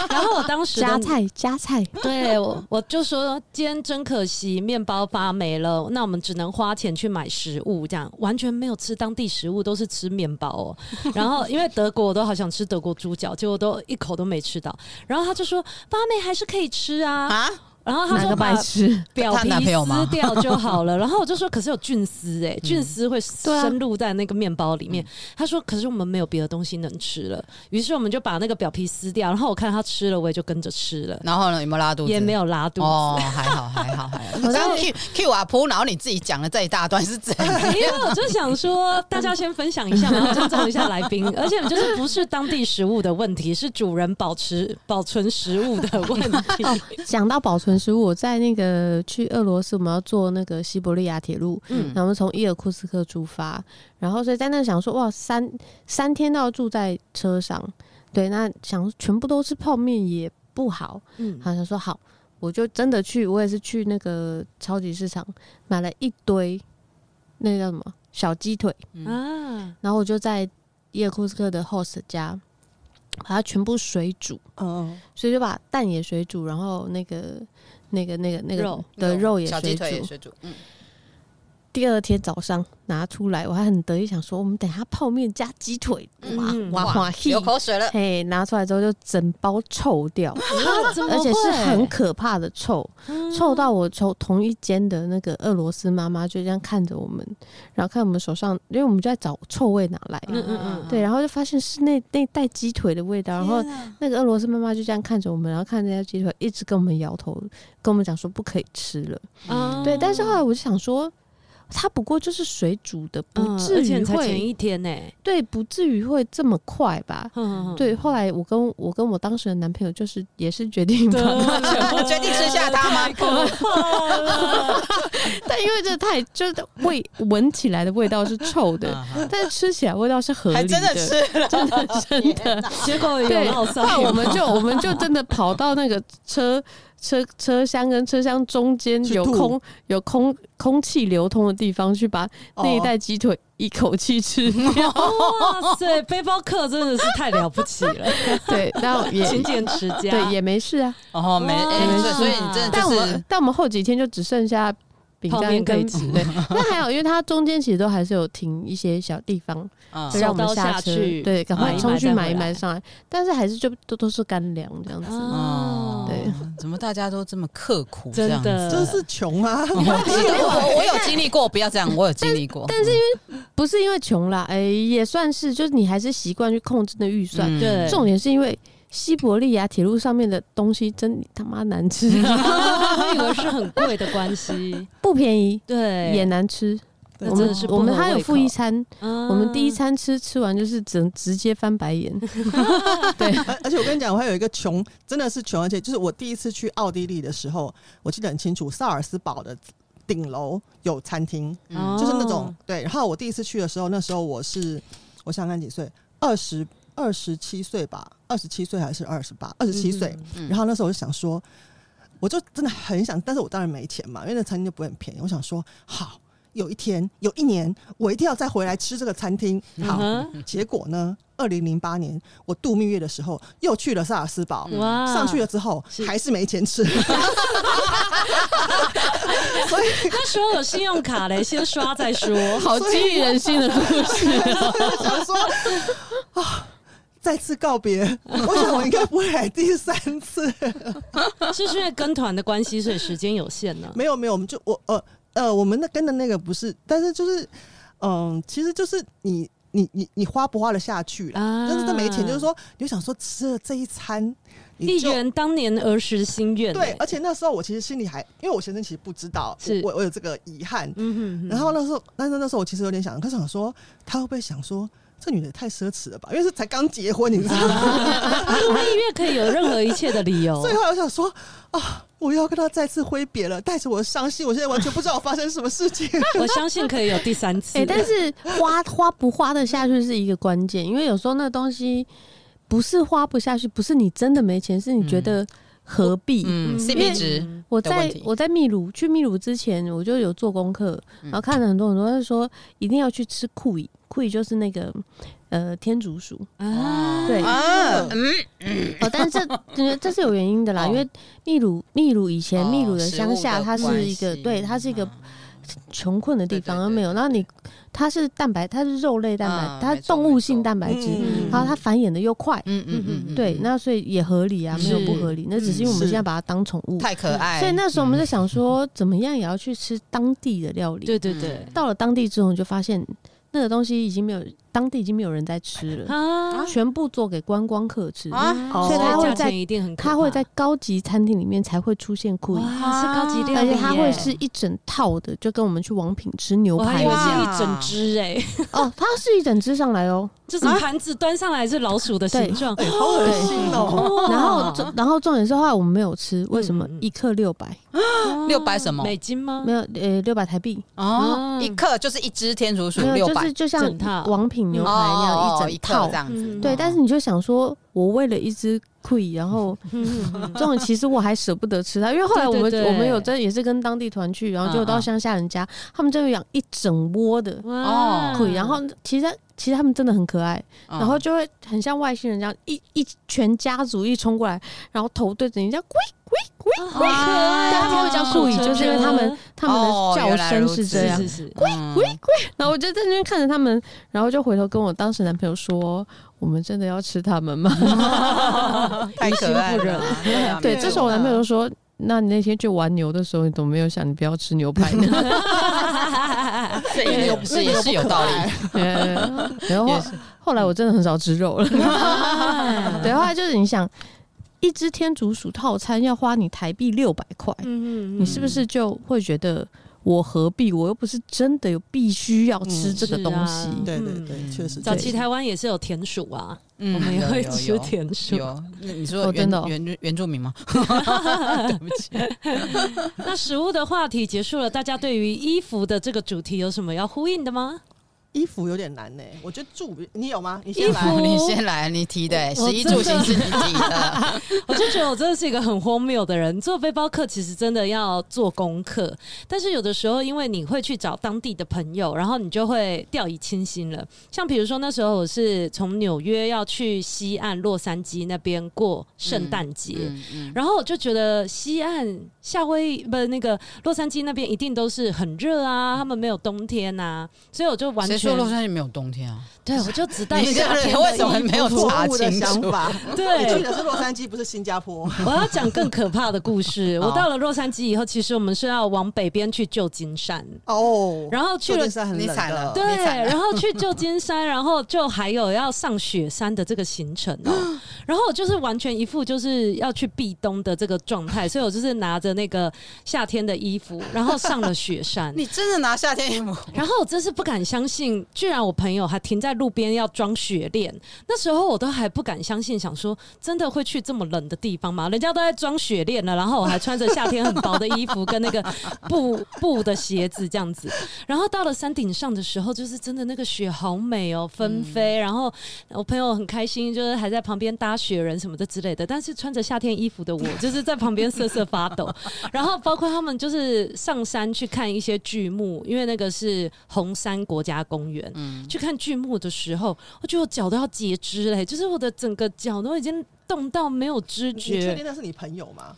然后我当时的加菜加菜， 对我，我就说今天真可惜，面包发霉了，那我们只能花钱去买食物，这样完全没有吃当地食物，都是吃面包 哦。然后因为德国我都好想吃德国猪脚，结果都一口都没吃到。然后他就说发霉还是可以吃啊，啊，然后他哪说个白把痴？表他皮男朋友吗嗯撕掉就好 了。然后我就说可是有菌丝哎、菌丝会对啊深入在那个面包里面。他说可是我们没有别的东西能吃了，于是我们就把那个表皮撕掉，然后我看他吃了，我也就跟着吃了。然后呢，有没有拉肚子？也没有拉肚子，哦，还好还好还好。你我在刚 Q Q 阿婆，然后你自己讲了这一大段是怎样？因为我就想说，大家先分享一下嘛，然后尊重一下来宾，而且就是不是当地食物的问题，是主人保持保存食物的问题。讲到保存食物，我在那个去俄罗斯，我们要坐那个西伯利亚铁路，嗯然，后我们从伊尔库斯克出发，然后所以在那想说，哇，三三天都要住在车上，对，那想说全部都吃泡面也不好，嗯，好想说好，我就真的去，我也是去那个超级市场买了一堆那个叫什么小鸡腿，啊，然后我就在伊尔库斯克的 host 家把它全部水煮，嗯，所以就把蛋也水煮，然后那个那个那个那个肉的肉也小水鸡腿也煮。水煮，嗯，第二天早上拿出来，我还很得意，想说我们等一下泡面加鸡腿，哇嗯哇哇嘿流，口水了，嘿，拿出来之后就整包臭 掉，怎么而且是很会可怕的臭。臭到我从同一间的那个俄罗斯妈妈就这样看着我们，然后看我们手上，因为我们就在找臭味哪来，嗯嗯嗯对，然后就发现是那那袋鸡腿的味道，然后那个俄罗斯妈妈就这样看着我们，然后看着那袋鸡腿，一直跟我们摇头，跟我们讲说不可以吃了。啊对，但是后来我就想说，它不过就是水煮的，不嗯至而且于才会、前一天呢，对，不至于会这么快吧？嗯，对，后来我跟我跟我当时的男朋友就是也是决定把 我决定吃下它吗可怕了，但因为这太就是味闻起来的味道是臭的，啊嗯好但是吃起来味道是合理还的，真的吃了，真的真的。结果有对落那腮，我们就我们就真的跑到那个车 车车厢跟车厢中间去有吐空有空空气流通的地方去把哦那一袋鸡腿一口气吃掉。哇塞，背包客真的是太了不起了，对，然后也勤俭持家，对也没事啊。哦，没，哎哇所以所以你真的但就我嗯是们但我们后几天就只剩下饼泡面干可以跟吃对，那还好，因为它中间其实都还是有停一些小地方，嗯就让我们下小车刀下去，对，赶快买一冲买去再买回一买来上来，但是还是就都都是干粮这样子。哦，嗯对，怎么大家都这么刻苦？这样真子，的就是穷 啊， 我我有经历过，不要这样，我有经历过。但是因为不是因为穷啦，哎、也算是，就是你还是习惯去控制那预算。嗯对重点是因为西伯利亚铁路上面的东西真他妈难吃， 嗯我以为是很贵的关系， 不便宜对，也难吃。那我真们的是不我们合还有胃付一口嗯餐，我我们第一餐吃吃完就是只能直接翻白 眼。而而且我跟你讲，我还有一个穷，真的是穷，而且就是我第一次去奥地利的时候，我记得很清楚，萨尔斯堡的顶楼有餐厅，嗯哦就是那种、对。然后我第一次去的时候，那时候我是我想想看几岁，二十二十七岁吧，二十七岁还是二十八，二十七岁。嗯然后那时候我就想说，我就真的很想，但是我当然没钱嘛，因为那餐厅就不会很便宜。我想说，好，有一天，有一年，我一定要再回来吃这个餐厅。好，嗯结果呢，二零零八年我度蜜月的时候，又去了萨尔斯堡。哼嗯嗯哇上去了之后是还是没钱吃， 那时候有信用卡嘞，先刷再说。 好激励人心的故事，想说啊，再次告别。 我想我应该不会来第三次。 是是因为跟团的关系，所以时间有限 呢。没有没有，我们就我呃呃，我们那跟的那个不是，但是就是嗯，其实就是你你你你花不花得下去啦。啊但是这没钱，就是说你就想说吃了这一餐，你一就元当年儿时心愿。欸对，，而且那时候我其实心里还，因为我先生其实不知道，是我我我有这个遗憾。嗯哼哼，然后那时候，但是那时候我其实有点想，可是想说他会不会想说这女的也太奢侈了吧？因为是才刚结婚， 你知啊道吗？度蜜月可以有任何一切的理由 所。以后来我想说啊，我又要跟他再次挥别了，带着我的伤心，我现在完全不知道我发生什么 事情。我相信可以有第三次。哎、但是花花不花得下去是一个关键，因为有时候那东西不是花不下去，不是你真的没钱，是你觉嗯得何必？嗯因为，CP 值，我的问在题我在秘鲁去秘鲁之前，我就有做功课，嗯然后看了很多很多，他说一定要去吃库伊，库伊就是那个呃天竺鼠啊，对啊，嗯，哦，但是 这这是有原因的啦，哦因为秘鲁秘鲁以前哦秘鲁的乡食物下，的它是一关个系嗯对它是一个穷困的地方，对对对而没有，然后你它是蛋白，它是肉类蛋嗯白，它没是错动物性没错蛋白质，嗯然后它繁衍的又快，嗯嗯嗯嗯，对，那所以也合理啊，没有是不合理，那只是因为我们是现在把它当宠物，太可爱，嗯所以那时候我们在想说，怎么样也要去吃当地的料理。对对对到了当地之后，你就发现那个东西已经没有，当地已经没有人在吃了，啊，全部做给观光客吃。啊，哦嗯所以它会价在钱一定很可怕，它会在高级餐厅里面才会出现库哇里，是高级料而理且耶，它会是一整套的，就跟我们去王品吃牛我还排一以为样。是哇一整只哎，哦，它是一整只上来哦，就是盘子端上来是老鼠的形状。哎，好恶心哦！哇然后重然后重点是后来我们没有吃，为什么嗯嗯嗯一克六百？六百什么美金吗没？有，呃，六百台币，哦，嗯一克就是一只天竺鼠没有，六就百是，就像整套王品牛排那哦样一一整克套这。样子，嗯对，但是你就想说，我为了一只 queen，然后嗯嗯嗯这种其实我还舍不得吃它，因为后来我们对对对嗯我们有真的也是跟当地团去，然后就到乡下人家，他们真的养一整窝的哇 queen，然后其实其实他们真的很可爱，嗯然后就会很像外星人这样，一一全家族一冲过来，然后头对着人家 queen。啊好可爱但他们会叫酷语，哦就是因为他们他们哦的叫原来如声此是这样。是是是，嗯然后我就在那边看着他们，然后就回头跟我当时男朋友说：“我们真的要吃他们吗？”嗯哦太可爱了啊，对啊 对，没这时错候我男朋友就说：“那你那天去玩牛的时候，你怎么没有想你不要吃牛排 呢 啊这也有是也是有道理，对？”然后也后是后来我真的很少吃肉了。 对， 对，后来就是你想，一只天竺鼠套餐要花你台币六百块，嗯你是不是就会觉得我何必？我又不是真的有必须要吃这个东嗯西。是啊对对对，确实早对期台湾也是有田鼠啊，嗯我们也有会有吃有田鼠。 有，那你说哦原真的哦原原住民吗？对不起， 那食物的话题结束了，大家对于衣服的这个主题有什么要呼应的吗？ 衣服有点难呢、我觉得住你有吗？你衣先服来。你先来，你提的、欸，我十一住行是你提 的，我就觉得我真的是一个很荒谬的人。做背包客其实真的要做功课，但是有的时候因为你会去找当地的朋友，然后你就会掉以轻心了。像比如说那时候我是从纽约要去西岸洛杉矶那边过圣诞节。嗯嗯然后我就觉得西岸夏威夷不是那个洛杉矶那边一定都是很热啊，他们没有冬天呐、所以我就完谁全说洛杉矶没有冬天啊？对我就只带你这夏个人天的为什么衣服没有查错误的清想楚法，对你去的是洛杉矶，不是新加坡。 我要讲更可怕的故事。 好我到了洛杉矶以后，其实我们是要往北边去旧金山，哦，然后去旧了金。山很你冷惨了的，对，你哦惨了然后去旧金山，然后就还有要上雪山的这个行程哦、 然后我就是完全一副就是要去避冬的这个状态，所以我就是拿着那个夏天的衣服，然后上了雪山。你真的拿夏天衣 服？ 然后我真是不敢相信，居然我朋友还停在路边要装雪链。那时候我都还不敢相信，想说真的会去这么冷的地方吗？人家都在装雪链了，然后我还穿着夏天很薄的衣服跟那个布 布的鞋子这样子。然后到了山顶上的时候，就是真的那个雪好美哦，嗯纷飞。然后我朋友很开心，就是还在旁边搭雪人什么的之类的。但是穿着夏天衣服的我，就是在旁边瑟瑟发抖。 然后包括他们就是上山去看一些剧目，因为那个是红山国家公园。嗯去看剧目的时候，我觉得我脚都要截肢嘞、就是我的整个脚都已经冻到没有知你你确觉定。那是你朋友吗？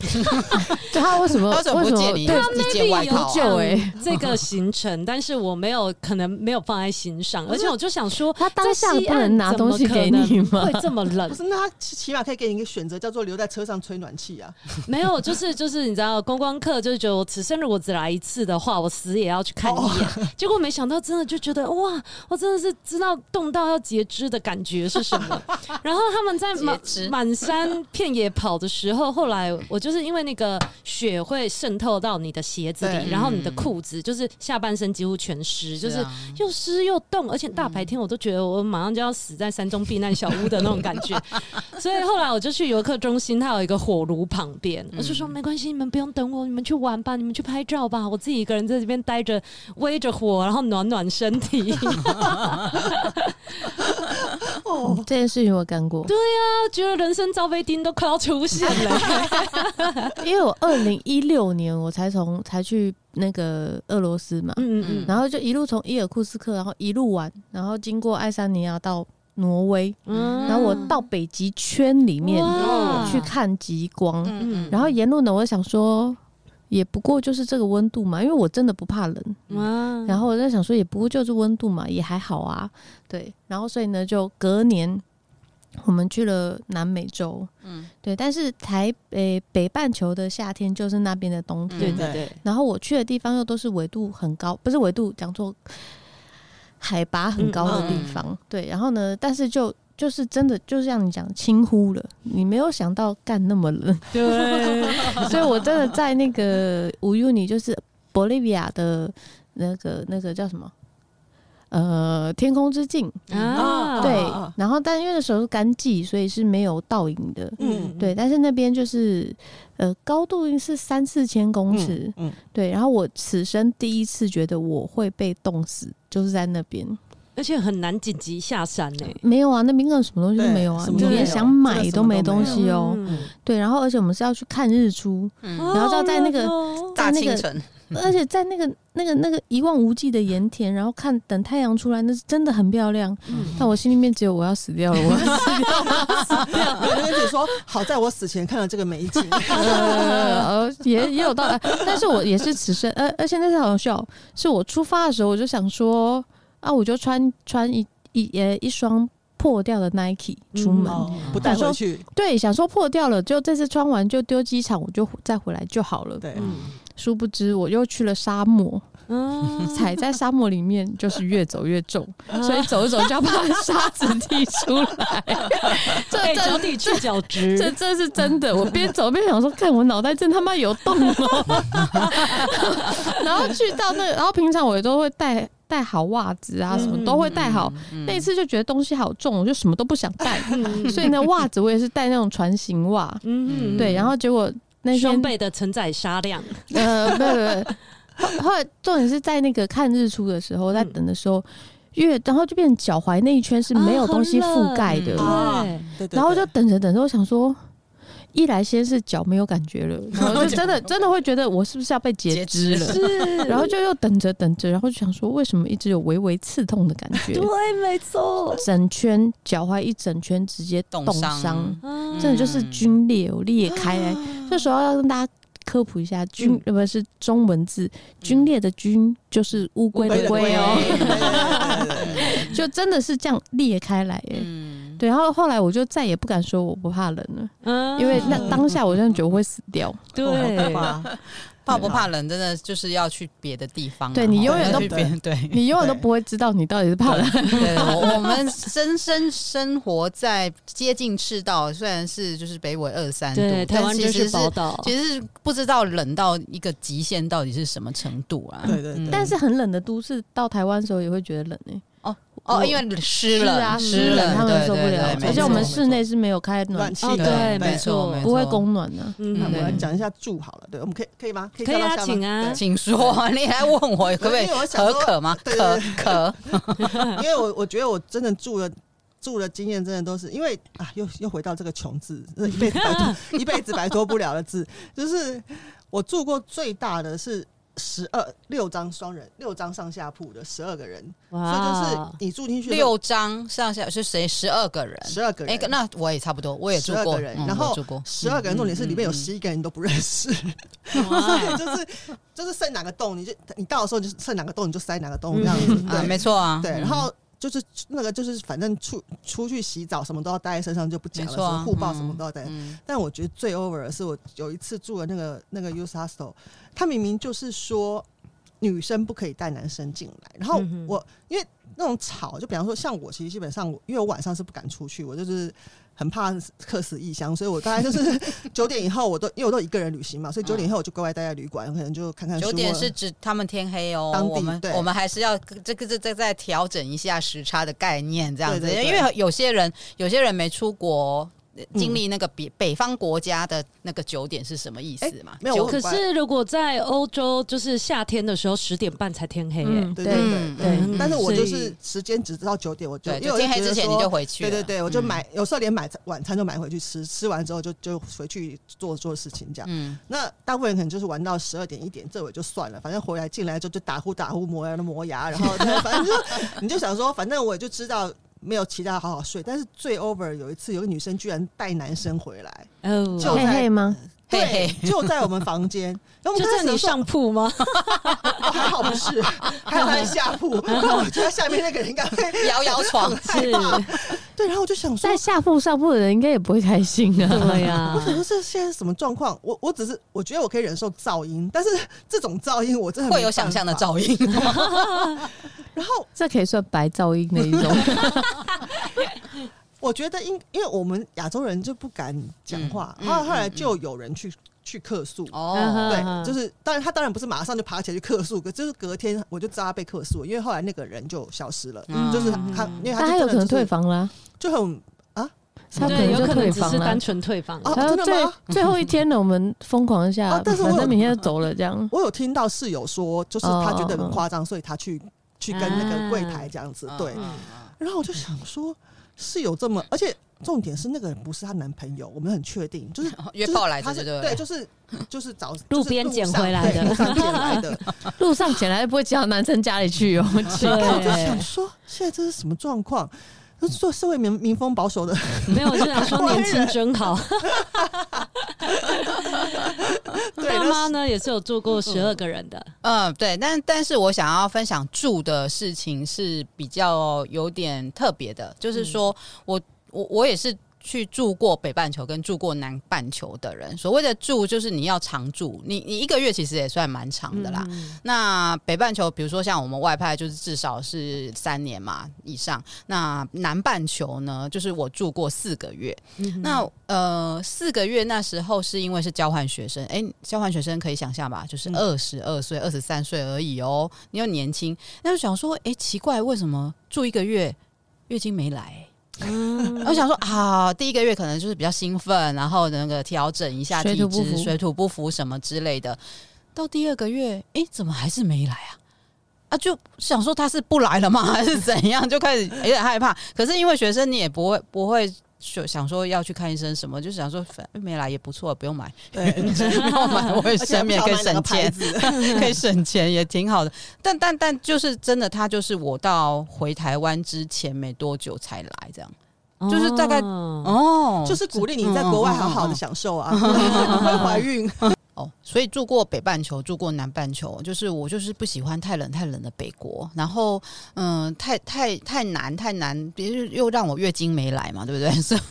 对他为什么他为什么不为什借么你对一件外套、 有啊？救欸嗯这个行程，但是我没有可能没有放在心上，而且我就想说，他当下在西不岸能拿怎么东西可给能你吗？会这么冷 不？是，那他起起码可以给你一个选择，叫做留在车上吹暖气啊。没有，就是就是，你知道，观光客就是觉得我此生如果只来一次的话，我死也要去看一眼。哦 结果没想到，真的就觉得哇，我真的是知道冻到要截肢的感觉是什 么。然后他们在满截肢满山遍野跑的时候，后来我就是因为那个雪会渗透到你的鞋子对里，然后你的嗯裤子就是下半身几乎全湿，就是啊又湿又冻，而且大白天我都觉得我马上就要死在山中避难小屋的那种感 觉，所以后来我就去游客中心，它有一个火炉旁边，我就说没关系，你们不用等我，你们去玩吧，你们去拍照吧，我自己一个人在这边待着，煨着火，然后暖暖身 体。嗯 这件事情我干过，他觉得人生罩杯钉都快要出现了，因为我二零一六年我才从才去那个俄罗斯嘛， 嗯嗯嗯嗯然后就一路从伊尔库斯克，然后一路玩，然后经过爱沙尼亚到挪威，嗯，然后我到北极圈里面哇去看极光，嗯然后沿路呢，我想说。也不过就是这个温度嘛，因为我真的不怕冷，嗯嗯哇，然后我在想说，也不过就是温度嘛，也还好啊，对。然后所以呢，就隔年我们去了南美洲，嗯对。但是台北北半球的夏天就是那边的冬天，对嗯对对，然后我去的地方又都是纬度很高，不是纬度，讲错海拔很高嗯的地方，对。然后呢，但是就。就是真的，就像你讲，轻忽了，你没有想到干那 么冷， 对。所以我真的在那个乌尤尼，就是玻利维亚的那个那个叫什么，呃，天空之境，啊，对啊啊。然后但因为那时候是干季，所以是没有倒影的，嗯，对。但是那边就是呃，高度是三四千公尺，嗯，对，然后我此生第一次觉得我会被冻死，就是在那边。而且很难紧急下山呢。没有啊，那边根本什么东西都对没有啊，什你么都没连有想真的买都什么没都没东有西哦。嗯，对，然后而且我们是要去看 日出，嗯，然后就在那个哦大在那清个晨，而且在那个那个那个一望无际的盐田，然后看等太阳出来，那是真的很漂亮。嗯但我心里面只有我要死掉了，我要死掉了。我跟你说，好在我死前看了这个美景， 呃，也也有道理，但是我也是此生，呃而、而且那次好笑，是我出发的时候我就想说，啊，我就穿穿一一呃一双破掉的 Nike 出门，嗯哦不带回去，对，想说破掉了，就这次穿完就丢机场，我就再回来就好了。对，嗯殊不知我又去了沙 漠，嗯踩在沙漠里面就是越走越 重，啊哎所以走一走就要把沙子踢出来。这哎，脚这底去脚趾，这这是真的，我边走边想说，看我脑袋真他妈有洞哦。 然后去到那个，然后平常我也都会带带好袜子啊，什么都会带好。嗯那一次就觉得东西好重，我就什么都 不想带，嗯所以呢，袜子我也是带那种船型袜，嗯对，然后结果那双天倍的承载沙量， 呃，不不不，后后来重点是在那个看日出的时候，在等的时候。越然后就变成脚踝那一圈是没有东西覆盖嗯的，啊对，对对对然后就等着等着，我想说，一来先是脚没有感觉了，然后就真的真的会觉得我是不是要被截肢了？是，然后就又等着等着，然后就想说，为什么一直有微微刺痛的感觉？对，没错，整圈脚踝一整圈直接冻冻伤伤，嗯真的就是皲裂，有裂开来。这时候要跟大家科普一下，皲呃不是中文字，皲裂的皲就是乌龟乌龟的的龟哦，对对对对对对 就真的是这样裂开来耶。嗯，对，然后后来我就再也不敢说我不怕冷了，嗯因为那当下我真的觉得我会死掉。对，哇怕不怕冷，真的就是要去别的地方啊。对你哦永远要都去别人对。 你永远都不会知道你到底是怕冷，嗯对， 我我们生生生活在接近赤道，虽然是就是北纬二三度，对，台但湾其就实是是宝岛，其实是不知道冷到一个极限到底是什么程度啊。对对对但是很冷的都市到台湾的时候也会觉得冷诶、哦，我因为湿是了，啊，湿冷了，他们对受不对对了，没而且我们错室内是没有开暖暖气，气哦，的对，对没错，没错不会供暖啊呢、那我们对来嗯，讲一下住好了，对，我们可以可以吗？可以可叫以到啊，下请吗？啊，请说，你来问我 可不可以因为我想可说可吗？对可对可，因为我我觉得我真的住了。住的经验真的都是因为啊，又又回到这个“穷”字，真的一辈子摆脱一辈子摆脱不了的字。就是我住过最大的是十二六张双人，六张上下铺的十二个人，所以啊就是你住进去六张上下是谁？十二个人。十二个哎人，，那我也差不多，我也住12过，个人嗯然后我住过十二个人，重点是里面有十十一个人你都不认识， 所以就是就是剩哪个洞，你就你到的时候就是剩哪个洞你就塞哪个洞这样子，啊，对没错啊，对，嗯然后就是那个就是反正出出去洗澡什么都要带在身上，就不讲了，没什错啊么护抱什么都要带。嗯但我觉得最 over 的是我有一次住的那个那个 U hostel，他明明就是说女生不可以带男生进来，然后嗯哼我、因为那种吵，就比方说像我其实基本上我因为我晚上是不敢出去，我就是。很怕客死异乡，所以我大概就是 九点以后，我都因为我都一个人旅行嘛，所以九点以后我就乖乖待在旅馆，可能就看看嗯书九啊。点是指他们天黑哦当，地我们对我们还是要这个这这再调整一下时差的概念，这样子，对对对因为有些人有些人没出国。呃嗯经历那个北北方国家的那个九点是什么意思嘛？哎没有九我可是如果在欧洲，就是夏天的时候十点半才天黑、欸，嗯，对对对对嗯对嗯但是我所以就是时间只到九点，我就对，因为就我就天黑觉得之前说你就回去了。对对对，我就嗯买，有时候连买晚餐就买回去吃，吃完之后就就回去做做事情这样。嗯， 那大部分人可能就是玩到十二点一点，这我就算了，反正回来进来就就打呼打呼磨牙的磨牙，然后反正就你就想说，反正我就知道没有其他好好睡。但是最 over 有一次有个女生居然带男生回来，哦，就嘿嘿吗？嘿对，就在我们房间，然后我们就开在始你说上铺吗？哦还好 不是，还有在下铺， 那我觉得下面那个人应该会 摇摇 床，是，对，然后我就想说在，下铺上铺的人应该也不会开心啊。对呀、我想嗯说这现在是什么状况？我我只是我觉得我可以忍受噪音，但是 这种噪音我真的会有想象的音。噪音。然后这可以算白噪音的一种，我觉得因因为我们亚洲人就不敢讲话，嗯后来嗯后来嗯就有人去去客诉。嗯哦，哼对，就是当然，他当然不是马上就爬起来去客诉，可就是隔天我就知道他被客诉，因为后来那个人就消失了，嗯就是他，因为但他他有就真的可就能是退，房啦，就很 他可对，有能就可能退只是房啦单。纯退房。哦他真说的最吗最后一天了，我们疯狂一下哦，但是我反正有明天就走了 这样。我有听到室友说，就是他觉哦得很夸张，所以他去去跟那个柜台这样子。对，嗯然后我就想说，室友这么，而且重点是那个人不是她男朋友，我们很确定，就是嗯 约炮来他着，是对对，不对？ 就是就是找路边捡回来的就是路上对路上 捡来的。路上捡来不会捡到男生家里去哦，奇 怪然后我就想说，现在这是什么状况？就做社会民民风 保守的，没有，我 就想说年轻真好。对大妈那呢也是有做过十二个人的，嗯，对，但但是我想要分享住的事情是比较有点特别的，就是说我我我也是。去住过北半球跟住过南半球的人，所谓的住就是你要常住，你你一个月其实也算蛮长的啦。嗯那北半球，比如说像我们外派，就是至少是三年嘛以上。那南半球呢，就是我住过四个月。嗯那呃，四个月那时候是因为是交换学生，诶，交换学生可以想象吧，就是嗯二十二岁、二十三岁而已哦，你又年轻，那就想说，诶，奇怪，为什么住一个月月经没来、嗯我想说啊，第一个月可能就是比较兴奋，然后那个调整一下体质，水土不服水土不服什么之类的。到第二个月，诶，怎么还是没来啊？啊，啊，就想说他是不来了吗， 还是怎样，就开始有点害怕。可是因为学生，你也不会不会说想说要去看医生什么，就想说反没来也不错，不用买，对， 不用买，我也下省 面免可以省钱，可以省钱也挺好的。但但但就是真的，他就是我到回台湾之前没多久才来这样。嗯就是大概哦哦，就是鼓励你在国外好好的享受嗯啊，会怀孕。哦，所以住过北半球，住过南半球，就是我就是不喜欢太冷太冷的北国，然后嗯，太太太难太难，别人又让我月经没来嘛，对不对？ 所以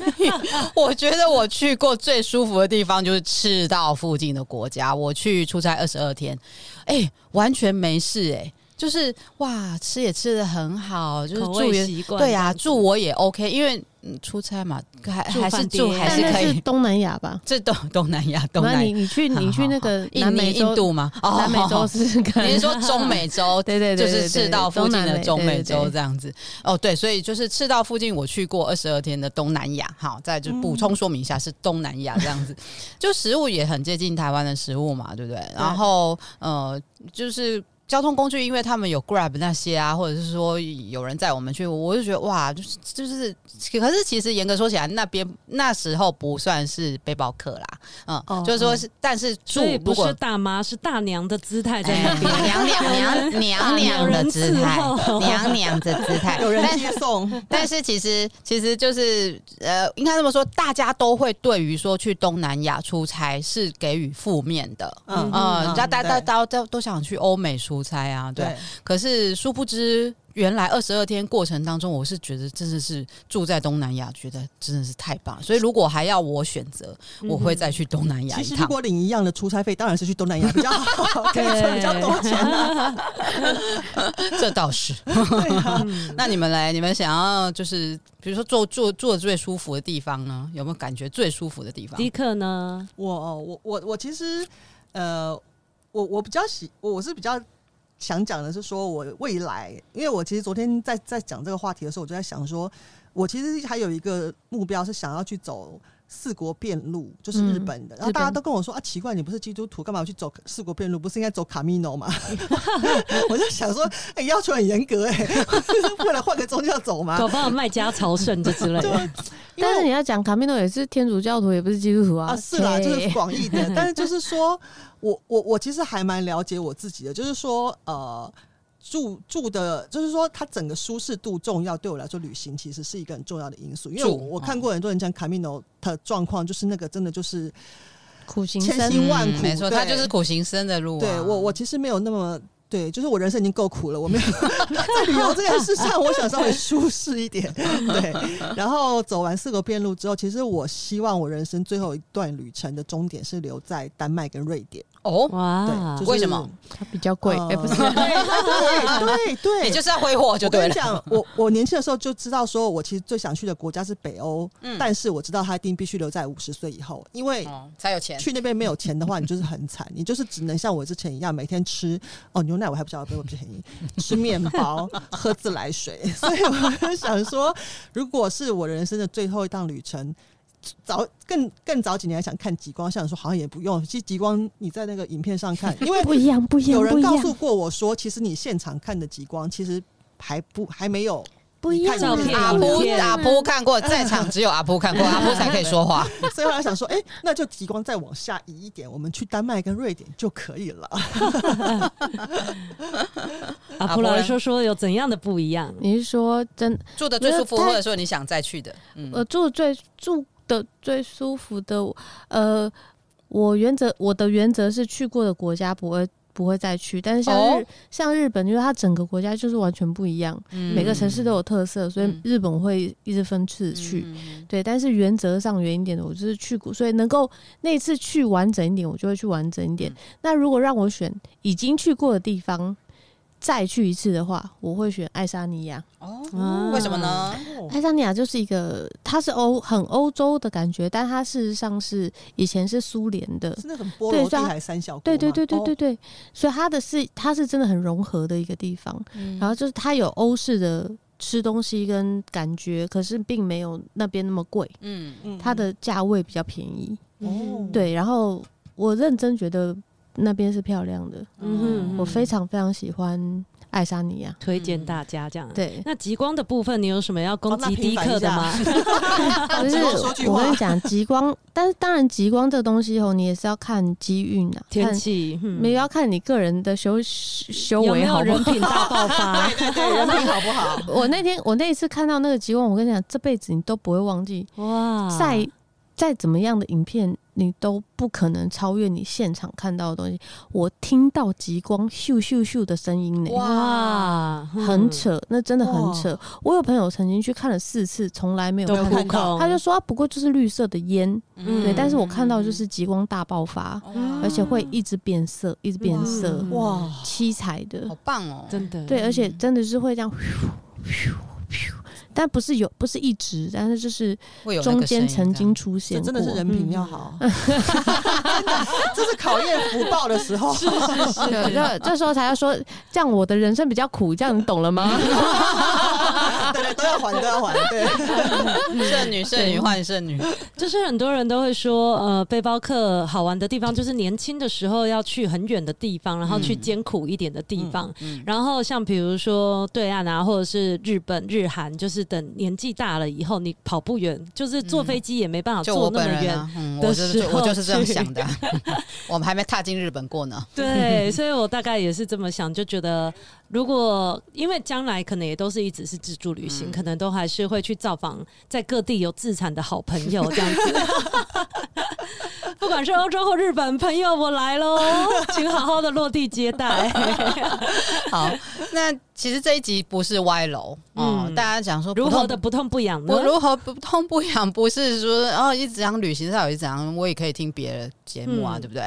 我觉得我去过最舒服的地方就是赤道附近的国家，我去出差二十二天，哎、完全没事哎、就是哇，吃也吃的很好，就是口住味也习惯对呀、啊呀，住我也 OK，因为、嗯、出差嘛，还住还是饭住店还但是那可是以。 东南亚吧？这东东南亚，东那南亚你你去你去那个印南尼、美印洲，度吗？哦，南美洲好，是好 看？你是说中美洲 对对对，就对是赤道附近的中美洲。对对对东南美对对对这样子哦，对，所以就是赤道附近我去过二十二天的东南亚，好，再就补充说明一下是东南亚这样子，就食物也很接近台湾的食物嘛，对不对？然后呃，就是。交通工具，因为他们有 Grab 那些啊，或者是说有人载我们去，我就觉得哇，就是就是，可是其实严格说起来，那边那时候不算是背包客啦，嗯，哦就是说是，但是住所以如不果是大妈，是大娘的姿态在哎那边。娘娘娘娘娘的姿态有人伺候，娘娘的姿态。有人但接送，嗯但是其实其实就是呃，应该这么说，大家都会对于说去东南亚出差是给予负面的。嗯嗯，大家大对家都都想去欧美出差啊，对。对，可是殊不知，原来二十二天过程当中，我是觉得真的是住在东南亚，觉得真的是太棒。所以如果还要我选择，我会再去东南亚其一实如趟。果领一样的出差费，当然是去东南亚比 较好，可以存比较多钱啊。这倒是。对啊， 那你们来，你们想要就是，比如说坐坐坐的最舒服的地方呢？有没有感觉最舒服的地方？迪克呢？我哦我我我其实呃，我我比较喜，我我是比较想讲的是说，我未来，因为我其实昨天在在讲这个话题的时候，我就在想说，我其实还有一个目标是想要去走。四国遍路就是日嗯本的，然后大家日本都跟我说啊，奇怪，你不是基督徒，干嘛要去走四国遍路？不是应该走卡米诺吗？ 我就想说，哎、要求很严格哎、 为了换个宗教走吗？搞不好卖家朝圣这之类啊对的。，因为但我是你要讲卡米诺也是天主教徒，也不是基督徒啊啊，是啦，就是切广义的。 但是就是说，我我我其实还蛮了解我自己的，就是说，呃，住住的，就是说，它整个舒适度重要，对我来说，旅行其实是一个很重要的因素。因为我住我哦看过很多人讲卡米诺的状况，就是那个真的就是，苦行千僧辛万苦嗯没错，对它就是苦行僧的路、啊。对我我其实没有那么。对，就是我人生已经够苦了，我没有 在旅游这件事上，我想稍微舒适一点。对，然后走完四个遍路之后，其实我希望我人生最后一段旅程的终点是留在丹麦跟瑞典。哦，哇对，就，是为什么？它比较贵，呃哎，不是，对对对， 你哎就是要挥霍就我跟对了。你讲，我我年轻的时候就知道，说我其实最想去的国家是北欧，嗯但是我知道他一定必须留在五十岁以后，因为哦，才有钱。去那边没有钱的话，你就是很惨，你就是只能像我之前一样，每天吃哦牛奶，我还不知道有没有便宜，吃面包，喝自来水。所以我就想说，如果是我人生的最后一趟旅程。早更更早几年还想看极光，想说好像也不用。其实极光你在那个影片上看，因 为不一样，不一样，有人不一告样诉过我说，其实你现场看的极光，其实还不还没有，不一样，你看照片阿不扑一样阿扑看过，在场只有阿扑 看过，阿扑才可以说话。所以后来想说，哎、那就极光再往下移一点，我们去丹麦跟瑞典就可以了。阿普来说说有怎样的不一样？嗯你是说真住的最舒服，没有或他者说你想再去的，嗯，我住最住的最舒服的，呃，我原则我的原则是去过的国家不会不会再去，但是像日、哦像日本，因为它整个国家就是完全不一样，嗯每个城市都有特色，所以嗯日本我会一直分次去。嗯嗯对，但是原则上远一点的，我就是去过，所以能够那一次去完整一点，我就会去完整一点。嗯那如果让我选已经去过的地方再去一次的话，我会选爱沙尼亚。哦啊，为什么呢？哦爱沙尼亚就是一个，它是欧很欧洲的感觉，但它事实上是以前是苏联的，是那种波罗的海三小国吗对对对对对哦对，所以它的是它是真的很融合的一个地方，然后就是它有欧式的吃东西跟感觉，可是并没有那边那么贵，嗯，嗯它的价位比较便宜，哦对，然后我认真觉得那边是漂亮的，嗯哼我非常非常喜欢爱上你呀、推荐大家这样。对，那极光的部分，你有什么要攻哦那击迪平反克的一下吗？ 可极是光说句我话跟你讲，极光，但是当然极光这个东西哦，你也是要看机运啊，天看气，嗯没有要看你个人的修修有没为有好不好人？品大爆发？对对对，人品好不好？我那天我那一次看到那个极光，我跟你讲，这辈子你都不会忘记，哇，再再怎么样的影片，你都不可能超越你现场看到的东西。我听到极光咻咻咻的声音呢、呃哇，很嗯，扯，那真的很扯。我有朋友曾经去看了四次，从来没有都过看过。扑空，他就说、啊不过就是绿色的烟，嗯对。但是我看到就是极光大爆发，哇而且会一直变色，一直变色，嗯哇，七彩的好，棒哦，真的对，而且真的是会这样。咻咻咻但不是有，不是一直，但是就是会有那个中声间音曾这样经出现这过，真的是人品要好， 这是考验福报的时候。哦对，这这时候才要说，这样我的人生比较苦，这样你懂了吗？啊对对，都要还，都要还。对，剩嗯女剩女换剩女，就是很多人都会说，呃，背包客好玩的地方就是年轻的时候要去很远的地方，然后去嗯艰苦一点的地方。嗯，然后像比如说对岸啊，或者是日本、日韩，就是等年纪大了以后，你跑不远，就是坐嗯飞机也没办法就坐我那本么人远。啊，嗯，的我就是时候我就是这样去想 的， 我们还没踏进日本过 呢，对，所以我大概也是这么想，就觉得如果因为将来可能也都是一直是自助旅行，嗯可能都还是会去造访在各地有自产的好朋 友这样子。不管是欧洲或日本，朋友我 来喽，请好好的落地接待。好，那其实这一集不是歪楼哦，嗯大家讲说如不何痛的不痛不痒呢我？如何不痛不痒？不是说哦，一直讲旅行到底怎样，我也可以听别的节目啊，嗯对不对？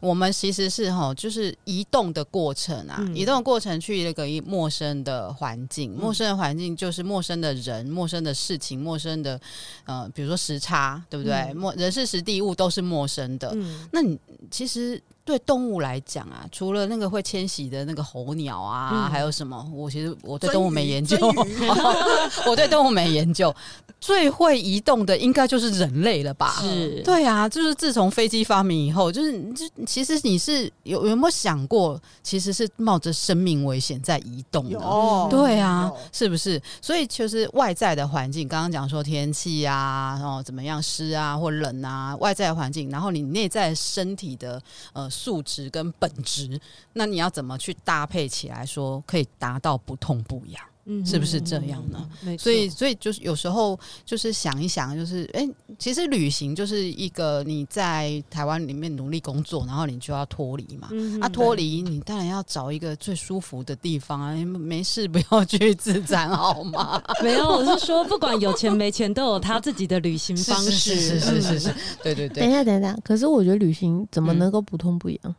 我们其实是哈，就是移动的过程啊，嗯移动的过程去那个一陌生的环境，陌生的环境就是陌生的人、陌生的事情、陌生的呃，比如说时差，对不对？嗯陌人事、时地、物都是陌生的。嗯，那你其实对动物来讲啊，除了那个会迁徙的那个候鸟啊，嗯还有什么？我其实我对真动物鱼没研 究真，鱼我对动物没研究。最会移动的应该就是人类了吧？是，对啊，就是自从飞机发明以后，就是你就其实你是有有没有想过，其实是冒着生命危险在移动哦 的。有，对啊有，是不是？所以就是外在的环境，刚刚讲说天气啊，然后怎么样湿啊或冷啊，外在的环境，然后你内在身体的呃素质跟本质，那你要怎么去搭配起来说可以达到不痛不痒，嗯是不是这样呢？没错所以，所以就是有时候就是想一想，就是哎、诶其实旅行就是一个你在台湾里面努力工作，然后你就要脱离嘛。嗯啊，脱离你当然要找一个最舒服的地方啊！你没事不要去自残好吗？没有，我是说，不管有钱没钱，都有他自己的旅行方式。 嗯是是是是是，对对等一对，下，等一下，可是我觉得旅行怎么能够不痛不痒？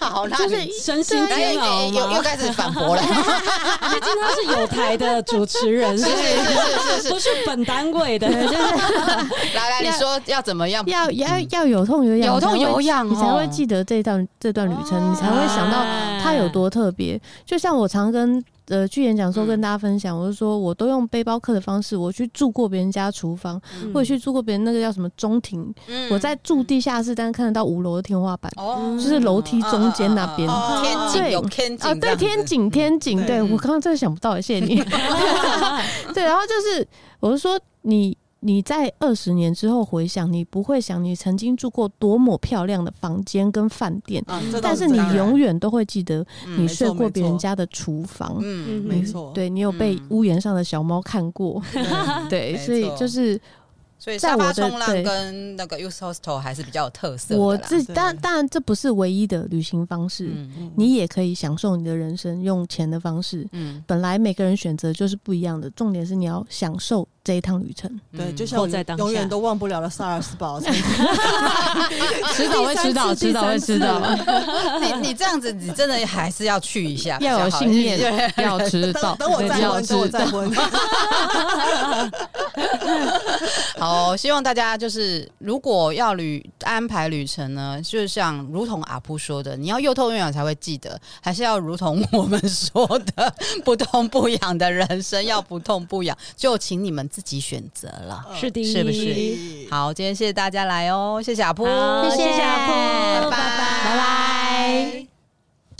好，那就是你身心哎煎熬又又吗？开始反驳 了，毕竟他是有台的主持 人，是所是以是是不是本单位 的。对，就是是，来来，你要说要怎么样？ 要要要有痛有痒，有痛有痒你才会哦记得这段这段旅程，你才哦会想到哎它有多特别。就像我常跟呃去演讲的时候跟大家分享，我就说我都用背包客的方式，我去住过别人家厨房，嗯我也去住过别人那个叫什么中庭，嗯我在住地下室，但是看得到五楼的天花板。哦就是楼梯中间那边哦天井对有天井啊，对，这样天子井，天井，对对嗯我刚刚真的想不到，谢谢你。 对，然后就是我是说你。你在二十年之后回想，你不会想你曾经住过多么漂亮的房间跟饭店，嗯这倒但是是你当然永远都会记得嗯你没睡错过没别人错家的厨房，嗯嗯没嗯错对你有被嗯屋檐上的小猫看 过，对，没所以错就是所以在沙发我的冲浪对跟那个 Youth Hostel 还是比较有特色的啦。我自对当然当然这不是唯一的旅行方式，嗯你也可以享受你的人生，用钱的方式。嗯，本来每个人选择就是不一样的，重点是你要享受这一趟 旅程。对，就像像我活在当下永远都忘不了的萨尔斯堡，啊迟早会知道，迟早会知道，你你这样子，你真的还是要去一下， 要有 信念比较好要知道等，等我再要婚，等我知再道。婚。好，希望大家就是如果要旅安排旅程呢，就像如同阿布说的，你要又痛又痒才会记得，还是要如同我们说的 不痛不痒的人生要不痛不痒，就请你们自己选择了。是的，是不是？好，今天谢谢大家来哦，谢谢阿布，好，谢谢阿谢婆，拜拜拜拜。